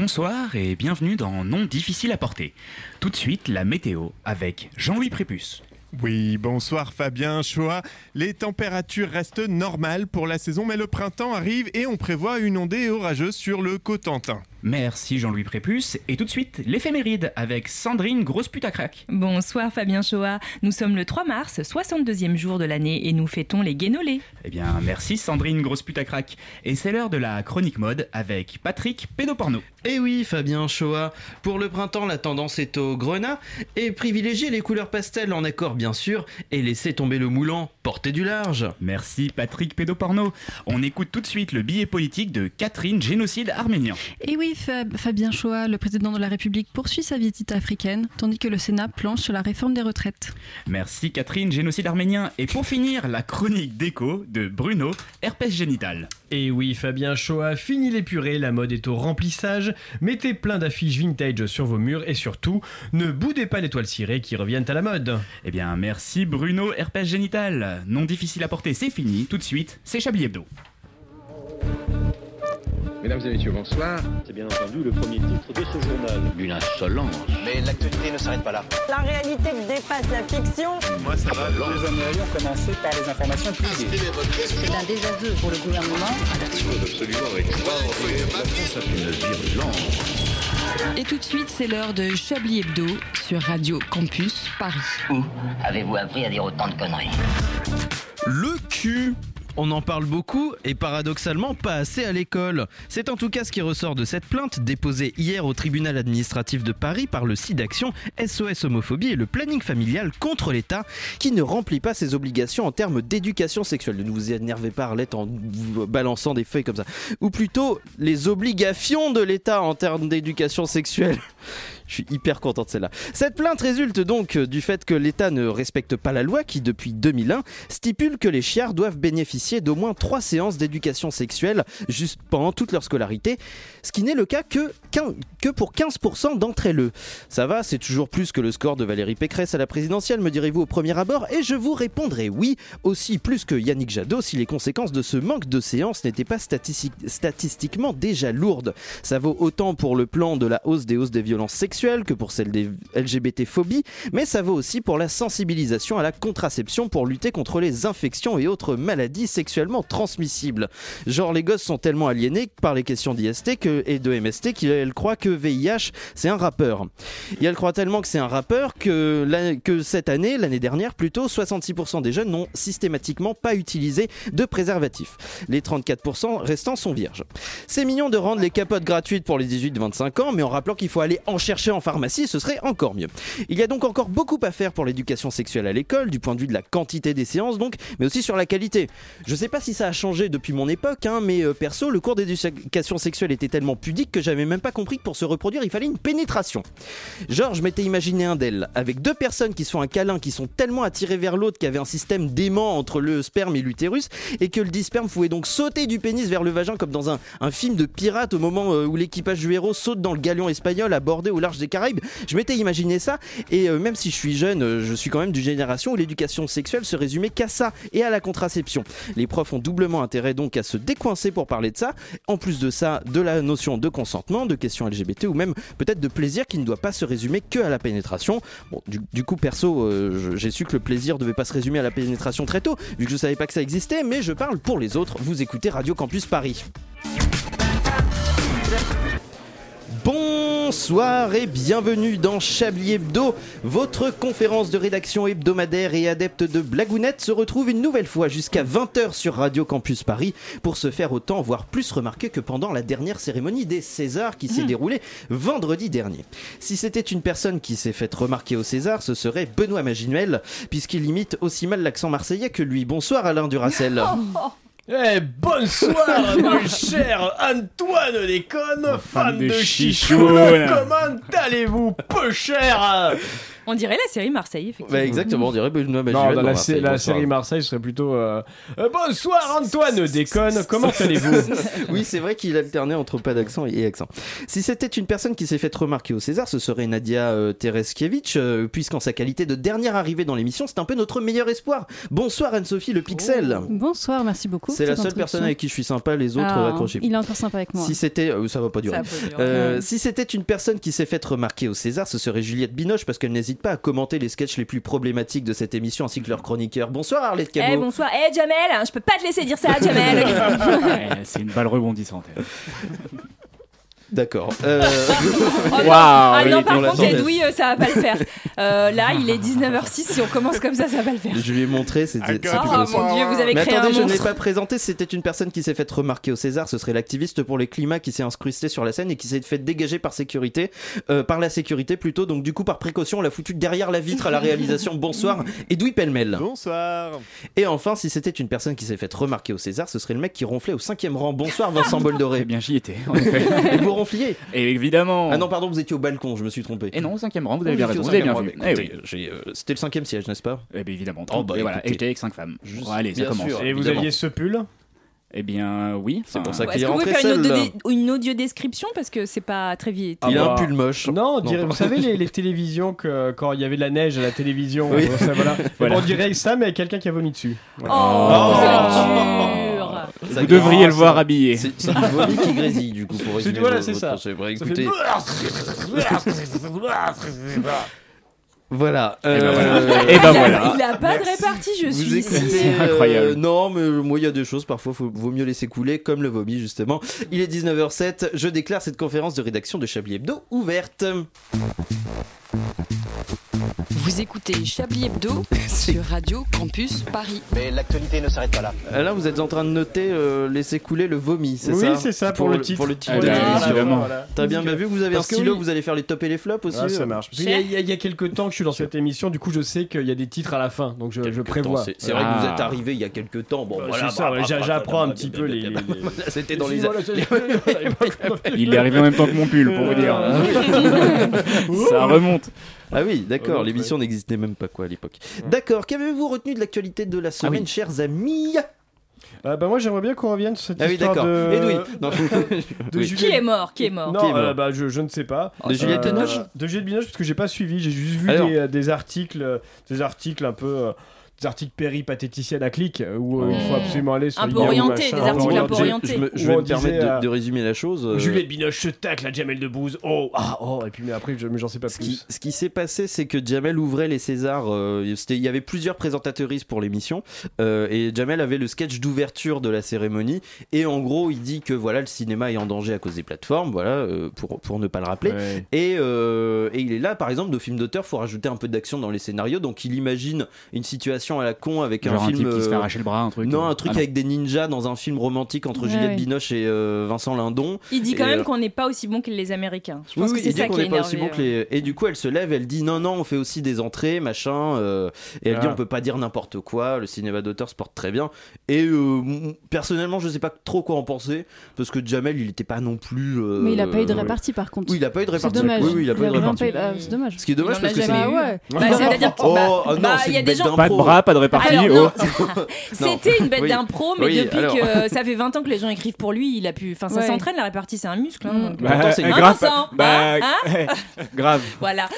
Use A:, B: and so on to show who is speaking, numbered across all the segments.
A: Bonsoir et bienvenue dans Non difficile à porter. Tout de suite, la météo avec Jean-Louis Prépus.
B: Oui, bonsoir Fabien Choa. Les températures restent normales pour la saison, mais le printemps arrive et on prévoit une ondée orageuse sur le Cotentin.
A: Merci Jean-Louis Prépus et tout de suite l'éphéméride avec Sandrine Grosse Pute à Crac.
C: Bonsoir Fabien Choa, nous sommes le 3 mars, 62e jour de l'année et nous fêtons les guénolés.
A: Eh bien, merci Sandrine Grosse Pute à Crac. Et c'est l'heure de la chronique mode avec Patrick Pédoporno.
D: Eh oui, Fabien Shoah. Pour le printemps, la tendance est au grenat et privilégier les couleurs pastel en accord bien sûr et laisser tomber le moulant, porter du large.
A: Merci Patrick Pédoporno. On écoute tout de suite le billet politique de Catherine Génocide Arménien.
E: Et oui, Fab- Fabien Choa, le président de la République, poursuit sa visite africaine, tandis que le Sénat planche sur la réforme des retraites.
A: Merci Catherine Génocide Arménien. Et pour finir, la chronique d'écho de Bruno, herpès génital.
F: Et Eh oui, Fabien Shoah, fini les purées, la mode est au remplissage. Mettez plein d'affiches vintage sur vos murs et surtout, ne boudez pas les toiles cirées qui reviennent à la mode.
A: Eh bien, merci Bruno, herpès génital. Non difficile à porter, c'est fini. Tout de suite, c'est Chablis Hebdo.
G: Mesdames et messieurs, bonsoir.
H: C'est bien entendu le premier titre de ce journal.
I: d'une insolence.
J: Mais l'actualité ne s'arrête pas là.
K: La réalité dépasse la fiction.
B: Moi ça va,
L: Nous aimerions commencer par les informations privées.
M: C'est un désaveu pour le gouvernement.
E: Et tout de suite, c'est l'heure de Chablis Hebdo sur Radio Campus Paris.
M: Où avez-vous appris à dire autant de conneries
D: Le cul on en parle beaucoup et paradoxalement pas assez à l'école. C'est en tout cas ce qui ressort de cette plainte déposée hier au tribunal administratif de Paris par le site d'action SOS Homophobie et le planning familial contre l'État qui ne remplit pas ses obligations en termes d'éducation sexuelle. Ne vous énervez pas Arlette en vous balançant des feuilles comme ça. Ou plutôt les obligations de l'État en termes d'éducation sexuelle. Je suis hyper content de celle-là. Cette plainte résulte donc du fait que l'État ne respecte pas la loi qui, depuis 2001, stipule que les chiards doivent bénéficier d'au moins trois séances d'éducation sexuelle juste pendant toute leur scolarité, ce qui n'est le cas que, qu'un- que pour 15% d'entre elles. Ça va, c'est toujours plus que le score de Valérie Pécresse à la présidentielle, me direz-vous au premier abord, et je vous répondrai oui, aussi plus que Yannick Jadot si les conséquences de ce manque de séances n'étaient pas statisti- statistiquement déjà lourdes. Ça vaut autant pour le plan de la hausse des hausses des violences sexuelles que pour celle des LGBT-phobies, mais ça vaut aussi pour la sensibilisation à la contraception pour lutter contre les infections et autres maladies sexuellement transmissibles. Genre les gosses sont tellement aliénés par les questions d'IST que- et de MST qu'elles croient que VIH c'est un rappeur. Et elle croit tellement que c'est un rappeur que, la- que cette année, l'année dernière plutôt, 66% des jeunes n'ont systématiquement pas utilisé de préservatif. Les 34% restants sont vierges. C'est mignon de rendre les capotes gratuites pour les 18-25 ans, mais en rappelant qu'il faut aller en chercher en pharmacie, ce serait encore mieux. Il y a donc encore beaucoup à faire pour l'éducation sexuelle à l'école, du point de vue de la quantité des séances donc, mais aussi sur la qualité. Je sais pas si ça a changé depuis mon époque, hein, mais euh, perso, le cours d'éducation sexuelle était tellement pudique que j'avais même pas compris que pour se reproduire, il fallait une pénétration. Genre, je m'étais imaginé un d'elles, avec deux personnes qui se font un câlin, qui sont tellement attirées vers l'autre qu'il y avait un système d'aimant entre le sperme et l'utérus, et que le disperme pouvait donc sauter du pénis vers le vagin comme dans un, un film de pirate au moment euh, où l'équipage du héros saute dans le galion espagnol à Bordeaux au large des Caraïbes. Je m'étais imaginé ça, et euh, même si je suis jeune, euh, je suis quand même d'une génération où l'éducation sexuelle se résumait qu'à ça et à la contraception. Les profs ont doublement intérêt donc à se décoincer pour parler de ça, en plus de ça, de la notion de consentement, de questions LGBT ou même peut-être de plaisir qui ne doit pas se résumer que à la pénétration. Bon, du, du coup, perso, euh, je- j'ai su que le plaisir devait pas se résumer à la pénétration très tôt, vu que je savais pas que ça existait, mais je parle pour les autres. Vous écoutez Radio Campus Paris. Bonsoir et bienvenue dans Chablis Hebdo. Votre conférence de rédaction hebdomadaire et adepte de blagounette se retrouve une nouvelle fois jusqu'à 20h sur Radio Campus Paris pour se faire autant, voire plus remarquer que pendant la dernière cérémonie des Césars qui s'est déroulée vendredi dernier. Si c'était une personne qui s'est faite remarquer au César, ce serait Benoît Maginuel, puisqu'il imite aussi mal l'accent marseillais que lui. Bonsoir Alain Duracel.
F: Eh, bonsoir, mon cher Antoine Déconne, fan de chichou. Comment allez-vous, peu cher
C: On dirait la série Marseille, effectivement.
D: Bah, exactement, on dirait. bah, non, mais
N: Non,
D: j'y vais
N: dans
D: dans
N: la, sé-
D: Marseille,
N: la
D: bonsoir.
N: série Marseille, ce serait plutôt. euh, euh, bonsoir Antoine Déconne, comment allez-vous
D: Oui, c'est vrai qu'il alternait entre pas d'accent et accent. Si c'était une personne qui s'est faite remarquer au César, ce serait Nadia euh, Tereskiewicz, euh, puisqu'en sa qualité de dernière arrivée dans l'émission, c'est un peu notre meilleur espoir. Bonsoir Anne-Sophie Le Pixel.
E: Bonsoir, merci Oh, beaucoup.
D: C'est
E: pour
D: la
E: cette
D: seule personne
E: introduction.
D: avec qui je suis sympa, les autres
E: Ah,
D: accrochés.
E: Il est encore sympa avec moi.
D: Si c'était, euh, ça va
C: Mmh.
D: pas durer.
E: Ça va pas durer.
D: Euh,
E: Ouais.
D: si c'était une personne qui s'est faite remarquer au César, ce serait Juliette Binoche parce qu'elle n'hésite pas à commenter les sketchs les plus problématiques de cette émission ainsi que leurs chroniqueurs. Bonsoir Arlette
C: Eh
D: Cabot.
C: bonsoir, eh Jamel, hein, je peux pas te laisser dire ça, Jamel.
A: Ah, Ouais, c'est une balle rebondissante.
D: D'accord. Euh,
C: Oh non.
D: Waouh,
C: ah
D: oui,
C: non,
D: on
C: par contre,
D: l'attendait.
C: Edoui, euh, ça va pas le faire. Euh, là, il est 19h06, si on commence comme ça, ça va pas le faire.
D: Je lui ai montré, c'était.
C: Ah,
D: c'était
C: mon
D: possible.
C: Dieu, vous avez
D: Mais
C: créé
D: attendez,
C: un
D: je ne l'ai
C: monstre.
D: pas présenté. C'était une personne qui s'est faite remarquer au César. Ce serait l'activiste pour les climats qui s'est incrusté sur la scène et qui s'est fait dégager par sécurité, euh, par la sécurité plutôt. Donc du coup, par précaution, on l'a foutu derrière la vitre à la réalisation. Bonsoir, Edoui Pellemel.
B: Bonsoir.
D: Et enfin, si c'était une personne qui s'est faite remarquer au César, ce serait le mec qui ronflait au cinquième rang. Bonsoir, Vincent Boldoré.
A: Eh Bien, j'y étais.
D: Et vous ronfliez
A: Évidemment.
D: Ah non, pardon, vous étiez au balcon, je me suis trompé.
A: Oh. Et non, au cinquième rang, vous avez
D: Oui,
A: bien
D: j'étais
A: raison.
D: au
A: Vous avez bien
D: cinquième
A: vu.
D: rang, mais écoutez, j'ai, euh, C'était le cinquième siège, n'est-ce pas
A: Eh bien, évidemment.
D: Oh, bah,
A: et voilà, et
D: écoutez.
A: j'étais avec cinq femmes.
D: Juste-
A: Bon, allez, ça
D: bien
A: commence.
D: sûr,
N: Et vous
D: évidemment.
N: aviez ce pull
A: Eh bien, oui.
D: C'est pour
A: enfin,
D: ça
C: Ouais, Est-ce
D: qu'il est
C: que vous
D: rentré
C: pouvez faire une,
D: seul.
C: audio- une audio description parce que c'est pas très vite.
D: Il a
N: Ah bah.
D: un pull moche.
N: Non, on dirait-
D: Non,
N: vous savez, les, les télévisions, que, quand il y avait de la neige à la télévision,
D: Oui.
N: euh, ça, voilà.
A: Voilà.
N: on dirait ça, mais avec quelqu'un qui a vomi dessus. Voilà.
C: Oh,
N: Oh.
C: c'est dur.
D: Ça-
A: Ah. Vous devriez le
D: ça-
A: voir habillé.
D: C'est c'est du vomi qui grésille, du coup, pour
N: C'est-
D: résumer.
N: voilà,
D: votre-
N: c'est ça.
D: votre- bah,
N: Ça
D: écoutez,
N: fait-
D: voilà.
A: ben
D: euh,
A: voilà. Eh ben voilà.
C: Il a pas de répartie, je
D: Vous
C: suis
D: écoutez,
C: ici.
D: euh,
A: incroyable.
D: non, mais moi, il y a des choses, parfois, faut- vaut mieux laisser couler, comme le vomi, justement. Il est 19h07, je déclare cette conférence de rédaction de Chablis Hebdo ouverte.
O: Vous écoutez Chablis Hebdo sur Radio Campus Paris.
J: Mais l'actualité ne s'arrête pas là.
D: Ah, Là, vous êtes en train de noter euh, laisser couler le vomi, c'est
N: Oui,
D: ça
N: c'est ça, pour le titre. Ah,
D: Pour le titre.
A: Eh ben,
D: de l'émission.
A: évidemment.
D: T'as bien, bien vu que vous avez
N: Parce
D: un
N: que
D: stylo,
N: oui.
D: vous allez faire les tops et les flops aussi.
N: Ah, ça
D: euh.
N: marche. Parce qu'il y a- Il y, a- il y a quelques temps que je suis dans cette émission, du coup je sais qu'il y a des titres à la fin, donc
D: Euh,
N: je, je prévois.
D: Attends, C'est c'est vrai que vous
A: Ah.
D: êtes arrivé il y a quelques temps. Bon,
N: Bah,
D: voilà,
N: c'est ça,
D: bah,
N: ouais,
D: bah,
N: j'a-
D: bah,
N: j'apprends
D: bah,
N: un
D: bah,
N: petit
D: bah,
N: peu
D: bah,
N: les-
D: bah, bah, bah, C'était dans les.
A: Il est arrivé en même temps que mon pull, pour vous dire.
N: hein.
A: ça remonte.
D: Ah oui,
N: Oh,
D: d'accord,
N: non,
D: l'émission n'existait même pas quoi à l'époque. D'accord, qu'avez-vous retenu de l'actualité de la semaine, chers amis
N: Ah, bah, moi j'aimerais bien qu'on revienne sur cette
D: Ah oui,
N: histoire
D: d'accord.
N: de.
D: Edoui Non.
N: de
D: Oui. Ah,
N: Juliette-
C: Qui est mort Qui est mort
N: Non,
D: Qui est mort
N: euh, bah, je, je ne sais pas. Euh,
D: De Juliette Binoche
N: De Juliette Binoche, parce que j'ai pas suivi, j'ai juste vu
D: Alors.
N: des, euh, des articles, euh, des articles un peu. euh, des articles péripatéticiels à clic euh, où euh, il faut
C: Ouais.
N: absolument aller sur
C: Mmh. Un peu
N: Yahoo,
C: orienté,
N: machin,
C: des articles un
N: orienté.
C: peu orientés.
D: Je me, je
N: Où
D: vais
N: on
D: me permettre
N: disait,
D: de,
N: euh,
D: de résumer la chose. euh,
N: Juliette Binoche se tacle à Jamel Debbouze. Oh, ah, oh, et puis mais après, je- mais j'en sais pas
D: Ce qui,
N: plus.
D: ce qui s'est passé, c'est que Jamel ouvrait les Césars. euh, c'était- il y avait plusieurs présentateuristes pour l'émission. euh, et Jamel avait le sketch d'ouverture de la cérémonie. Et en gros, il dit que voilà, le cinéma est en danger à cause des plateformes. Voilà, euh, pour, pour ne pas le rappeler.
N: Ouais.
D: Et, euh, et il est là, par exemple, de films d'auteur, faut rajouter un peu d'action dans les scénarios. Donc il imagine une situation à la con avec
A: Genre
D: un
A: un
D: film.
A: type qui se fait
D: euh,
A: arracher le bras, un truc.
D: non,
A: euh,
D: un truc
A: ah
D: avec des ninjas dans un film romantique entre
E: Ouais,
D: Juliette
E: ouais.
D: Binoche et euh, Vincent Lindon.
C: Il dit
D: Et,
C: quand
D: euh,
C: même qu'on n'est pas aussi bon que les Américains. Je pense
D: oui,
C: que
D: oui,
C: c'est
D: il dit
C: ça
D: qu'on
C: qui est
D: n'est pas aussi
C: énervé.
D: bon que les... Et du coup, elle se lève, elle dit non, non, on fait aussi des entrées, machin. euh, et elle
N: Ah.
D: dit on peut pas dire n'importe quoi, le cinéma d'auteur se porte très bien. Et euh, m- personnellement, je sais pas trop quoi en penser, parce que Jamel, il était pas non plus. euh,
E: Mais il a pas eu de répartie par contre.
D: Oui, il a pas eu de
E: C'est
D: répartie.
E: dommage.
D: Oui, oui, il a pas eu de
E: vraiment
D: répartie.
E: pas eu- ah, C'est dommage.
D: Ce qui est dommage
C: euh, en
D: parce
C: a
D: que c'est.
C: jamais
E: Bah ouais.
C: Bah, c'est-à-dire que-
D: Oh,
C: bah,
D: ah non,
C: bah,
D: c'est
C: il y a
D: une
C: des
D: bête
C: gens-
D: d'impro.
A: Pas de bras, pas de répartie.
D: Ah,
C: Alors,
A: oh.
C: non, C'était une bête
D: Oui.
C: d'impro, mais
D: Oui,
C: depuis
D: alors.
C: que euh, ça fait 20 ans que les gens écrivent pour lui, il a pu. Enfin, ça
E: Ouais.
C: s'entraîne, la répartie, c'est un muscle. hein,
E: Mm.
C: donc,
A: Bah,
D: Pourtant, c'est
A: euh,
D: une-
A: grave.
C: Vincent, hein,
A: Bah, grave.
C: Voilà.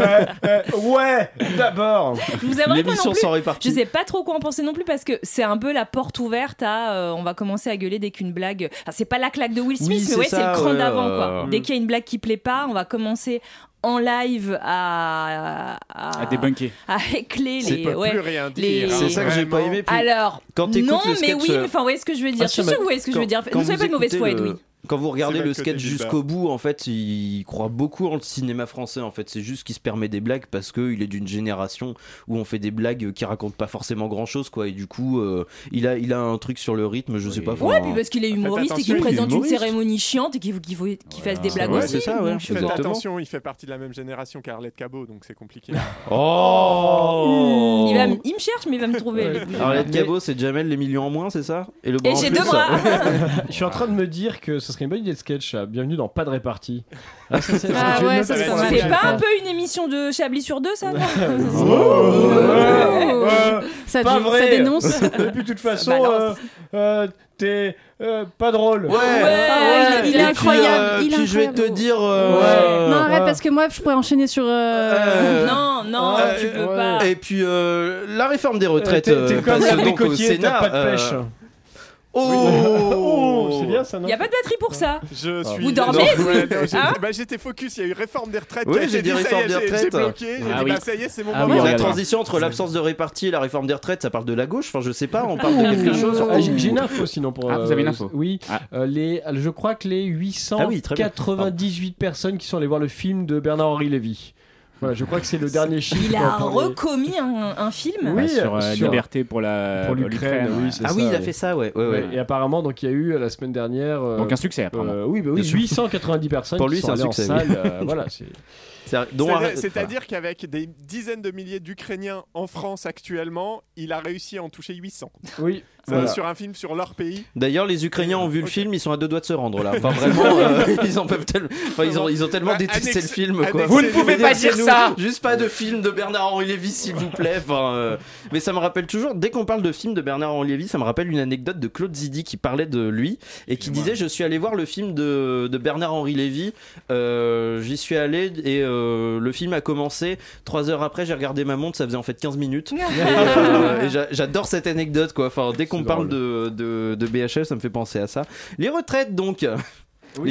N: Euh, ouais, d'abord.
C: Je vous avouerai pas non
D: L'émission
C: plus.
D: sans répartie.
C: Je sais pas trop quoi en penser non plus parce que c'est un peu la porte ouverte à euh, on va commencer à gueuler dès qu'une blague. Enfin, c'est pas la claque de Will
D: Oui,
C: Smith,
D: c'est
C: mais ouais,
D: ça,
C: c'est le cran
D: ouais,
C: d'avant
D: euh,
C: quoi. Dès qu'il y a une blague qui plaît pas, on va commencer en live à à,
A: À débunker.
C: à écler
B: C'est
C: les
B: pas
C: ouais.
B: plus rien
C: les-
B: dire. hein.
D: C'est ça que j'ai pas aimé. puis-
C: Alors
D: Quand t'écoutes
C: non,
D: le
C: mais
D: sketch,
C: oui, mais
D: euh,
C: enfin, vous voyez ce que je veux dire.
D: Ah,
C: je suis sûre
D: ça m'a-
C: que vous voyez ce que je
D: quand-
C: veux dire.
D: quand
C: Ne soyez
D: vous
C: pas de mauvaise
D: écoutez
C: foi,
D: le-
C: Edoui.
D: Quand vous regardez
B: C'est
D: le
B: le côté
D: sketch
B: du
D: jusqu'au
B: bar.
D: bout, en fait, il croit beaucoup en le cinéma français. En fait, c'est juste qu'il se permet des blagues parce qu'il est d'une génération où on fait des blagues qui racontent pas forcément grand chose, quoi. Et du coup, euh, il a, il a un truc sur le rythme, je sais
A: Oui.
D: pas.
A: Ouais,
C: Ouais,
D: enfin,
C: puis parce qu'il est humoriste et
B: attention,
C: qu'il
B: il est
C: présente une
D: humoriste.
C: cérémonie chiante et qu'il faut- qu'il faut- qu'il fasse des
A: Ouais,
C: blagues
D: ouais,
C: aussi.
D: c'est ça, ouais.
C: donc je suis
D: Faites
B: Faites
D: Exactement.
B: attention, il fait partie de la même génération qu'Arlette Cabot, donc c'est compliqué. hein.
D: Oh
C: Il, va me- il me cherche, mais il va me trouver.
D: Mmh. Arlette Cabot, c'est Jamel les millions en moins, c'est ça Et le bras
C: Mmh. Et
D: en
C: j'ai
D: plus
C: deux bras.
N: Je suis en train de me dire que ce
F: serait une bonne idée de sketch. ça. Bienvenue dans Pas de répartie. Ah, ça, c'est-
C: Ah
F: j'ai
C: ouais,
F: noté
C: ça, c'est
F: ça.
C: pas mal.
F: Ouais.
C: C'est pas un peu une émission de Chablis sur deux, ça non
F: Oh, euh,
E: Ça
F: pas
E: dé-
F: vrai.
E: ça dénonce.
F: Et puis de toute façon,
E: balance.
F: euh, euh, t'es euh, pas drôle.
D: Ouais. Ah ouais, il est
F: Et puis,
D: incroyable,
F: euh,
D: il est
F: puis je vais
D: incroyable.
F: te dire. euh,
E: non, arrête,
D: ouais.
E: parce que moi, je pourrais enchaîner sur. euh,
C: Non, non,
D: Euh,
C: tu peux
D: ouais.
C: pas.
D: Et puis euh, la réforme des retraites
F: Euh, t'es- t'es
D: euh,
F: comme
D: passe
F: les
D: donc au
F: coquilles, t'as
D: Sénat. Euh,
F: pas de pêche.
D: Oh,
F: c'est bien ça, non
C: Il y a pas de batterie pour ça.
B: Je
D: Ah.
B: suis...
C: Vous dormez
B: Non, ouais, non, j'étais-
C: Hein
B: bah, J'étais focus, il y a eu réforme des retraites.
D: Oui,
B: qui a
D: j'ai
B: été
D: dit
B: dite, ça y
D: réforme
B: est,
D: des
B: j'ai-
D: retraites. Ah
B: J'ai bloqué, j'ai dit, bah, ça y est, c'est mon moment.
D: la transition entre l'absence de répartie et la réforme des retraites, ça parle de la gauche. Enfin, je sais pas, on parle de quelque chose.
F: Ah, j'ai- J'ai une info sinon pour.
D: Ah, vous avez une info.
F: Oui, Euh, les, je crois que les
D: Ah oui, très bien.
F: 898 personnes qui sont allées voir le film de Bernard-Henri Lévy. Voilà, je crois que c'est le dernier chiffre.
C: Il a
F: pour les-
C: recommis un, un film
F: Oui,
P: sur, euh, Liberté pour la-
F: pour
P: pour
F: l'Ukraine.
P: l'Ukraine,
F: oui,
P: ouais.
F: c'est
P: Ah oui, il a
F: oui.
P: fait ça, ouais, ouais, ouais.
F: Et apparemment, donc il y a eu euh, la semaine dernière. euh,
P: Donc un succès, apparemment.
F: euh, oui, bah oui,
P: Bien sûr.
F: 890 personnes.
D: Pour lui,
F: qui
D: c'est
F: sont
D: un
F: allées en
D: succès,
F: salle,
D: oui.
F: euh, voilà, c'est.
D: C'est- donc,
B: C'est-à-
D: arrête-
B: C'est-à-dire qu'avec des dizaines de milliers d'Ukrainiens en France actuellement, il a réussi à en toucher 800.
F: Oui.
B: Ça,
D: Voilà.
B: Euh, Sur un film sur leur pays.
D: D'ailleurs, les Ukrainiens ont vu le film, ils sont à deux doigts de se rendre là. Enfin, vraiment, euh, ils en peuvent tellement. enfin, ils ont, ils ont tellement
B: Bah,
D: détesté
B: annexe-
D: le film. Quoi.
B: annexez- Vous ne pouvez pas
D: Dénoncez-nous.
B: dire ça.
D: Juste pas de film de Bernard-Henri Lévy, s'il vous plaît. Enfin, euh, Mais ça me rappelle toujours, dès qu'on parle de film de Bernard-Henri Lévy, ça me rappelle une anecdote de Claude Zidi qui parlait de lui et qui disait Je suis allé voir le film de, de Bernard-Henri Lévy. Euh, J'y suis allé et euh, le film a commencé. Trois heures après, j'ai regardé ma montre, ça faisait en fait 15 minutes. Et, euh, et j'a- j'adore cette anecdote, quoi. Enfin, dès qu'on parle de, de, de BHF, ça me fait penser à ça. Les retraites, donc.
F: Oui,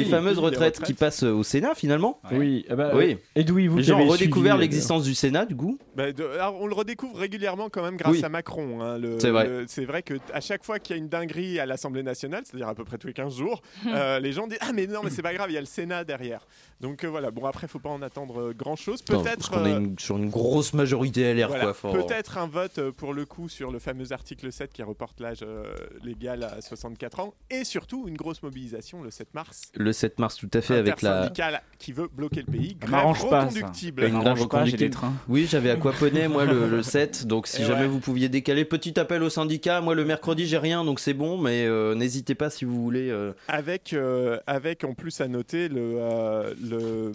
D: les fameuses
F: oui, les
D: retraites, qui passent au Sénat finalement.
F: Oui, eh ben,
D: oui.
F: euh, Edoui, vous
D: les
F: qui
D: gens ont
F: avez
D: redécouvert
F: suivi, euh,
D: l'existence du Sénat du coup.
B: Bah, de- alors, on le redécouvre régulièrement quand même grâce
D: Oui.
B: à Macron. hein, le-
D: C'est vrai.
B: le- C'est vrai que t- à chaque fois qu'il y a une dinguerie à l'Assemblée nationale, c'est-à-dire à peu près tous les 15 jours, euh, les gens disent Ah, mais non, mais c'est pas grave, il y a le Sénat derrière. Donc euh, voilà, bon, après, faut pas en attendre euh, grand-chose.
D: Non, parce
B: Peut-être.
D: qu'on est
B: euh,
D: une- sur une grosse majorité LR
B: voilà,
D: quoi. Faut-
B: Peut-être un vote euh, pour le coup sur le fameux article 7 qui reporte l'âge euh, légal à 64 ans et surtout une grosse mobilisation le 7 mars
D: Le 7 mars tout à fait avec la.
B: syndicale qui veut bloquer le pays. Grève
P: m'arrange pas, ça.
B: reconductible.
D: Avec grave reconductible. Oui, j'avais aquaponé moi le, le 7, donc si jamais vous pouviez décaler, petit appel au syndicat. Moi le mercredi j'ai rien, donc c'est bon, mais euh, n'hésitez pas si vous voulez. euh,
B: Avec, euh, avec en plus à noter le, euh, le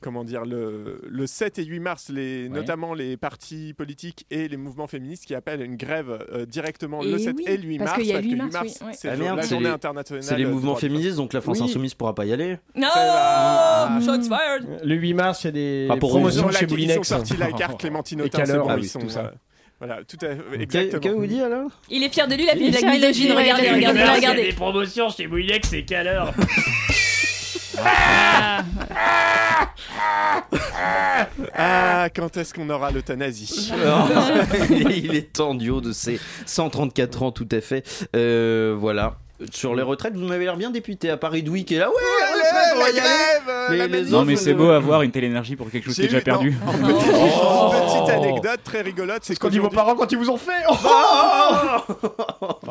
B: comment dire le, le 7 et 8 mars, les, notamment les partis politiques et les mouvements féministes qui appellent à une grève euh, directement le
C: Et
B: 7
C: oui,
B: et le 8
C: parce
B: mars.
C: qu'il y a 8
B: que
C: mars, oui, ouais.
B: c'est le
D: Ah
B: jour-
D: merde,
B: la
D: c'est
B: journée
D: les-
B: internationale.
D: C'est les
B: du
D: mouvements
B: euh, droit de-
D: féministes, donc la France
B: Oui.
D: Insoumise pourra pas y aller.
C: No Shots fired
F: euh, Le 8 mars, il y a des
D: Pas pour
F: promotions
B: Ils sont
F: chez
B: la- Ils ont
F: Boulinex.
B: sorti la carte Clémentine Autain,
F: Et
B: c'est bon,
F: Calor.
B: ils
F: Ah oui,
B: sont,
F: tout ça.
B: euh, voilà, tout à fait,
D: Qu'est-ce
B: exactement.
D: que vous dites alors
C: Il est fier de lui, la
F: Il
C: fille de
F: est
C: la
F: fier de
C: misogyne.
F: lui,
C: Regardez,
F: ouais,
C: regardez,
F: il est
C: regardez.
P: promotions chez Bouilex et Calor.
B: Ah, quand est-ce qu'on aura l'euthanasie
D: Alors, il est- il est temps du haut de ses 134 ans, tout à fait. Euh, voilà. Sur les retraites, vous m'avez l'air bien député à Paris Douy qui est là. Ouais, ouais, on va y aller. Mais les
P: Non,
D: autres,
P: mais c'est
D: euh,
P: beau avoir une telle énergie pour quelque chose qui est
B: J'ai
P: déjà
B: eu-
P: perdu.
B: non, en petit-
F: Oh.
B: Petite anecdote très rigolote, c'est
F: Quand dit vos
B: qu'aujourd'hui-
F: parents quand ils vous ont fait oh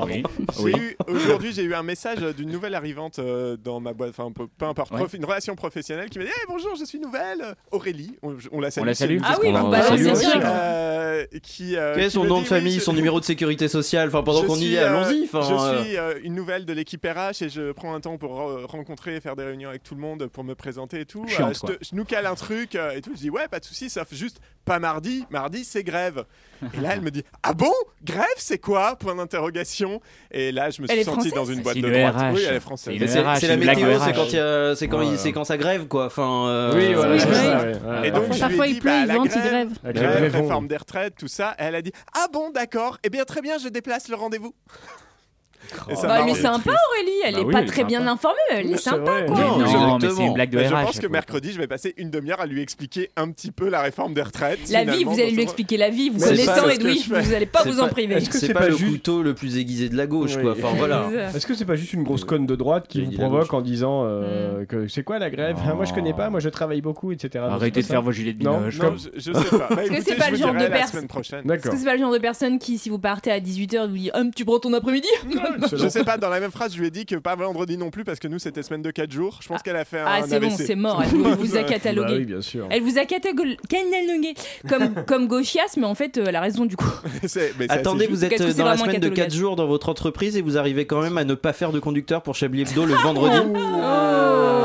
P: Oui,
B: J'ai
P: oui.
B: eu- Aujourd'hui, j'ai eu un message euh, d'une nouvelle arrivante euh, dans ma boîte, enfin peu, peu importe,
P: Ouais.
B: prof- une relation professionnelle qui m'a dit Hey, Bonjour, je suis nouvelle Aurélie, on, je- on la salue.
P: la
B: si elle
P: salue.
B: nous
C: Ah oui,
B: écoute.
C: vous
P: Oh,
C: balancez
P: salut,
C: direct.
B: Euh, qui, euh,
D: Quel est
B: qui
D: son
B: me
D: nom
B: dit,
D: de famille,
B: oui, je-
D: son numéro de sécurité sociale Enfin, pendant
B: je
D: qu'on y
B: suis,
D: est,
B: euh,
D: allons-y. Enfin, euh,
B: je suis euh, une nouvelle de l'équipe RH et je prends un temps pour euh, rencontrer, faire des réunions avec tout le monde pour me présenter et tout. Euh,
P: Chiante,
B: je,
P: quoi.
B: je nous cale un truc euh, et tout. Je dis ouais, pas de souci, sauf juste pas mardi. Mardi, c'est grève. Et là, elle me dit ah bon, grève, c'est quoi Point d'interrogation. Et là, je me
C: Elle
B: suis
C: est
B: senti dans
C: française
B: une boîte
P: C'est
B: de
P: une
B: droite.
P: RH.
B: Oui, elle est
P: C'est
B: française.
P: une
D: mais c'est
P: RH,
D: c'est la
P: une blague
D: météo,
P: de
D: c'est
P: RH.
D: quand, il y a- c'est quand, il- c'est quand ça grève, quoi. Enfin, euh,
F: Oui, voilà,
B: Oui,
F: c'est
B: oui.
F: ça, ouais, ouais,
B: Et donc, je lui
E: Parfois,
B: ai
E: il
B: dit,
E: pleut,
B: bah,
E: il
B: la
E: vente, il
B: grève,
E: grève.
F: La
B: grève,
F: grève, bon.
B: réforme des retraites, tout ça. Et elle a dit Ah bon, d'accord, eh bien très bien, je déplace le rendez-vous. Et ça
C: Bah, elle
B: m'a
C: est
B: rendu
C: sympa, Aurélie. Elle
P: Bah
C: est
P: oui,
C: pas
P: elle est
C: très bien
P: sympa.
C: informée, mais elle est
F: C'est
C: sympa,
F: vrai.
C: quoi.
D: Non,
P: Non,
D: exactement.
P: mais c'est une blague de
B: Mais
P: RH.
B: je pense que mercredi, je vais passer une demi-heure à lui expliquer un petit peu la réforme des retraites.
C: La vie,
B: finalement,
C: vous allez
B: dans
C: lui
B: son-
C: expliquer la vie, vous
D: Mais c'est pas
C: connaissant
D: ce que
B: je
C: Edoui,
B: fais.
C: vous n'allez pas
D: C'est
C: vous
D: pas-
C: en priver.
F: Est-ce que
D: c'est
F: c'est
D: pas,
F: pas
D: le
F: juste-
D: couteau le plus aiguisé de la gauche,
F: Oui.
D: quoi. Enfin, voilà.
F: Est-ce que c'est pas juste une grosse conne de droite qui
D: Il
F: vous
D: dit la
F: provoque en disant euh, que c'est quoi la grève Moi je connais pas, moi je travaille beaucoup, etc. Donc,
P: Arrêtez de
F: c'est pas
P: faire vos gilets de
F: Non,
P: binoche.
B: Non, je, je sais pas. Bah,
C: que
B: écoutez,
C: c'est pas
B: je
C: le
B: vous
C: genre de
B: dirai la
C: pers-
B: semaine prochaine.
F: ça.
C: Est-ce
F: D'accord.
C: que c'est pas le genre de personne qui, si vous partez à 18h, vous dit Hum, tu prends ton après-midi
B: Je sais pas, dans la même phrase, je lui ai dit que pas vendredi non plus parce que nous c'était semaine de 4 jours. Je pense qu'elle a fait un.
C: Ah, c'est bon,
B: AVC.
C: c'est mort. Elle vous, elle vous a catalogué.
F: Bah oui, bien sûr.
C: Elle vous a catalogué catalogué comme, comme gauchias, mais en fait, euh, elle a raison du coup.
B: C'est- mais c'est
D: Attendez,
B: assez
D: vous
B: juste.
C: Qu'est-ce que
D: êtes
C: c'est
D: dans la
C: vraiment un
D: semaine de 4
C: catalogage
D: jours dans votre entreprise et vous arrivez quand même à ne pas faire de conducteur pour Chablis Hebdo le vendredi.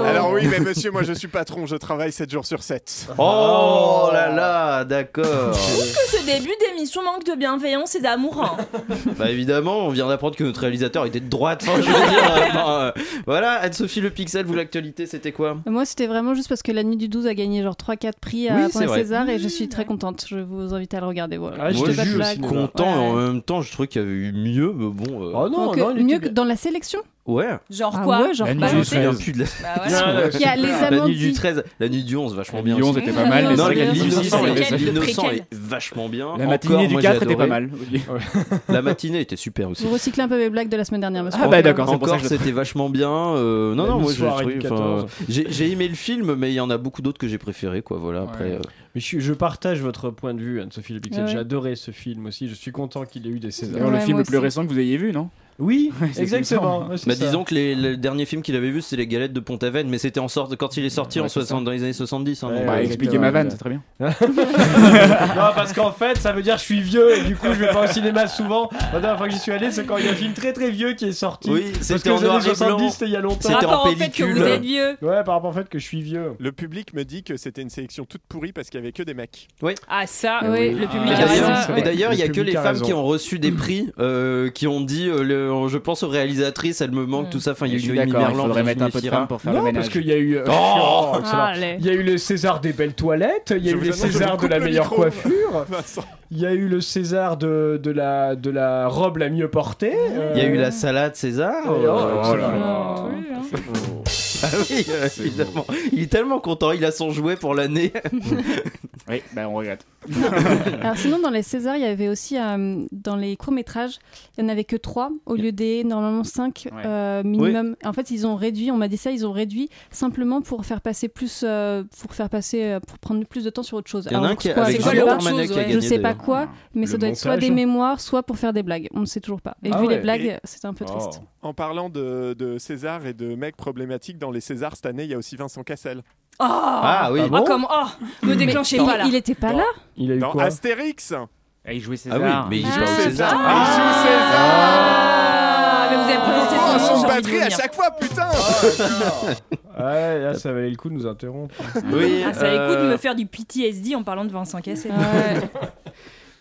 B: Alors oui, mais monsieur, moi je suis patron, je travaille 7 jours sur 7.
D: Oh là là, d'accord.
C: que ce début d'émission manque de bienveillance et d'amour. hein.
D: bah évidemment, on vient d'apprendre que notre réalisateur était de droite. Enfin, je veux dire, euh, enfin, euh, voilà, Anne-Sophie Le Pixel, vous l'actualité, c'était quoi
E: Moi, c'était vraiment juste parce que la nuit du 12 a gagné genre 3-4 prix à
D: Oui,
E: Point
D: c'est vrai. Ah,
E: César et je suis très contente. Je vous invite à le regarder.
F: Ah,
E: Voilà.
P: Ah,
D: Moi,
E: J'étais
D: je
E: pas
D: suis
E: blague.
D: content et en
E: Ouais.
D: même temps, je trouvais qu'il y avait eu mieux, mais bon. euh,
F: Oh non,
E: Donc,
F: non,
E: euh,
F: il était
E: mieux que
F: bien.
E: dans la sélection
P: Oh.
D: Ouais.
C: Genre
E: Ah
C: quoi
E: ouais, genre
D: La nuit,
E: bah,
D: je me
E: le
D: souviens
E: 13.
D: plus de la.
C: Bah
E: voilà. Il y a les
D: la nuit du
E: amandis.
D: 13, la nuit du 11, vachement
P: La
D: bien.
P: nuit du 11
D: aussi.
P: était pas mal, mais
D: Non,
P: c'est vrai que
D: mais
P: la nuit du
D: l'innocent
P: 11 était
D: est-
P: préquelle.
D: l'innocent est vachement bien.
P: La matinée
D: Encore,
P: du
D: moi,
P: 4
D: j'ai
P: était pas
D: adoré.
P: mal. Oui.
D: La matinée était super aussi.
E: Vous recyclez un peu mes blagues de la semaine dernière, monsieur.
P: Ah bah d'accord, c'est pour ça
D: Encore,
P: que je-
D: c'était vachement bien. euh, non,
F: La
D: non, moi j'ai
F: soirée du
D: trouvé, enfin,
F: 14.
D: j'ai j'ai aimé le film, mais il y en a beaucoup d'autres que j'ai préféré, quoi. Voilà. Après,
F: Ouais.
D: euh,
F: Mais je, suis- je partage votre point de vue, Anne-Sophie Le Pixel.
E: Ouais.
F: J'ai adoré ce film aussi. Je suis content qu'il ait eu des Césars.
P: D'ailleurs, le
E: Ouais,
P: film
E: moi
P: le plus
E: aussi.
P: récent que vous ayez vu, non
F: Oui,
P: Ouais, c'est
F: exactement.
P: ça.
F: Ouais, c'est
D: bah,
F: ça.
D: disons que les- le dernier film qu'il avait vu, c'était Les Galettes de Pont-Aven, mais c'était en sorte quand il est sorti
P: Ouais,
D: en
P: c'est
D: 60, dans les années 70. hein,
F: Ouais,
D: donc,
P: Bah,
D: euh,
P: expliquez ma vanne, c'est très bien.
F: non, parce qu'en fait, ça veut dire que je suis vieux et du coup, je vais pas au cinéma souvent. La dernière fois que j'y suis allé, c'est quand il y a un film très très vieux qui est sorti.
D: Oui,
F: parce
D: c'était
F: que
D: en
F: les années
D: noir et
F: 70,
D: blanc.
F: c'était il y a longtemps.
D: C'était
C: Par rapport
D: en
C: au fait que vous
D: pellicule.
C: êtes vieux.
F: Ouais, par rapport au fait que je suis vieux.
B: Le public me dit que c'était une sélection toute pourrie parce qu'il y avait que des mecs.
C: Ah ça,
E: Oui.
C: le public
D: Et
C: a
D: d'ailleurs-
C: raison.
D: Et d'ailleurs, il n'y a
F: Le
D: que les
F: public a
D: femmes
F: raison.
D: qui ont reçu des prix, euh, qui ont dit, euh, le- je pense aux réalisatrices, elles me manquent, tout ça. Enfin, il y
P: Je
D: a
P: suis
D: eu
P: d'accord, il
D: Merland,
P: faudrait mettre
D: Virginie
P: un peu de
D: Fira.
P: femme pour faire le
F: non,
P: ménage.
F: parce qu'il y a eu. euh,
D: Oh
C: Ah,
F: excellent.
E: Allez.
F: il y a eu le César des belles toilettes, il y a
B: Je
F: eu
B: vous
F: le
B: annonce, je
F: César
B: vous
F: de la
B: coupe le
F: meilleure
B: micro.
F: coiffure,
B: Vincent.
F: il y a eu le César de, de, la, de la robe la mieux portée. euh,
D: Il y a eu la salade César.
F: Oh,
D: euh,
F: excellent.
E: Oui, hein.
D: Ah oui, euh, évidemment. Il est tellement content, il a son jouet pour l'année.
P: Oui, bah on regrette.
E: Alors sinon, dans les Césars, il y avait aussi, euh, dans les courts-métrages, il n'y en avait que trois au lieu des normalement cinq
P: Ouais.
E: euh, minimum. En fait, ils ont réduit, on m'a dit ça, ils ont réduit simplement pour faire passer plus, euh, pour faire passer, euh, pour prendre plus de temps sur autre chose.
D: Il y en a
E: Alors,
D: un qui
E: pourquoi,
D: avec
E: je sais
D: Gilles
E: pas.
D: Darmanin qui a
C: ouais.
D: gagné.
E: Je sais pas
D: d'ailleurs. Ah.
E: quoi, mais
F: Le
E: ça doit être soit
F: montage.
E: des mémoires, soit pour faire des blagues. On ne sait toujours pas. Et
F: Ah
E: vu
F: ouais.
E: les blagues,
B: Et-
E: c'est un
D: Oh.
E: peu triste.
B: En parlant de, de César et de mecs problématiques, dans les Césars cette année, il y a aussi Vincent Cassel.
C: Oh,
D: Ah oui.
F: Ah bon
C: Ah, comme oh, me déclenchez
E: Il-
C: pas là.
E: Il était pas
F: Dans-
E: là
F: Il a eu
B: Dans
F: quoi
B: Astérix
P: Ah, il jouait
D: Ah
P: César.
D: oui, mais il joue
E: Ah.
D: pas au César.
B: Ah, il joue
C: Ah, mais vous avez prononcé
B: César
C: son nom,
B: Oh, son
C: j'ai envie de
B: batterie à
C: vomir.
B: chaque fois, putain
F: Ouais, Ah, là, ça valait le coup de nous interrompre.
D: Oui,
C: Ah, ça
D: euh,
C: écoute me faire du PTSD en parlant de Vincent Cassel.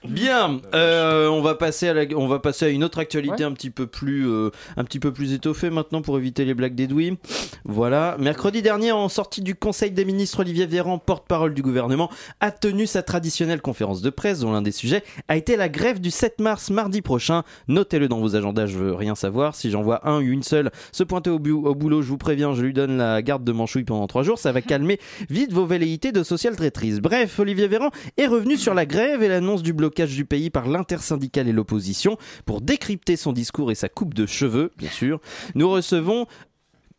D: Bien, euh, on va passer à la- on va passer à une autre actualité un petit peu plus, euh, un petit peu plus étoffée maintenant pour éviter les blagues d'Edoui. Voilà, mercredi dernier, en sortie du Conseil des ministres, Olivier Véran, porte-parole du gouvernement, a tenu sa traditionnelle conférence de presse dont l'un des sujets a été la grève du 7 mars mardi prochain. Notez-le dans vos agendas, je veux rien savoir. Si j'en vois un ou une seule se pointer au, bu- au boulot, je vous préviens, je lui donne la garde de manchouille pendant trois jours. Ça va calmer vite vos velléités de social traîtrise. Bref, Olivier Véran est revenu sur la grève et l'annonce du blocage du pays par l'intersyndicale et l'opposition. Pour décrypter son discours et sa coupe de cheveux, bien sûr, nous recevons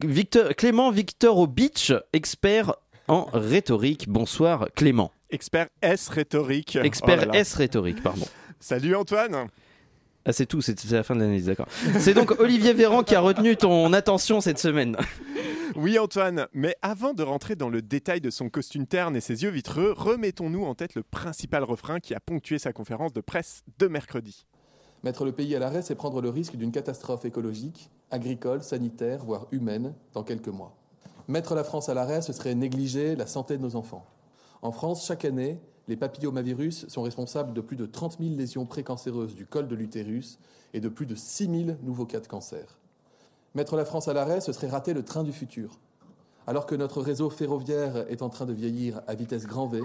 D: Victor, Clément Victor Obitch, expert en rhétorique. Bonsoir Clément,
B: Expert S rhétorique.
D: expert
B: Oh là là.
D: S rhétorique, pardon.
B: Salut Antoine
D: Ah, c'est tout, c'est c'est la fin de l'analyse, d'accord. C'est donc Olivier Véran qui a retenu ton attention cette semaine.
B: Oui Antoine, mais avant de rentrer dans le détail de son costume terne et ses yeux vitreux, remettons-nous en tête le principal refrain qui a ponctué sa conférence de presse de mercredi.
Q: Mettre le pays à l'arrêt, c'est prendre le risque d'une catastrophe écologique, agricole, sanitaire, voire humaine, dans quelques mois. Mettre la France à l'arrêt, ce serait négliger la santé de nos enfants. En France, chaque année, les papillomavirus sont responsables de plus de 30 000 lésions précancéreuses du col de l'utérus et de plus de 6 000 nouveaux cas de cancer. Mettre la France à l'arrêt, ce serait rater le train du futur. Alors que notre réseau ferroviaire est en train de vieillir à vitesse grand V,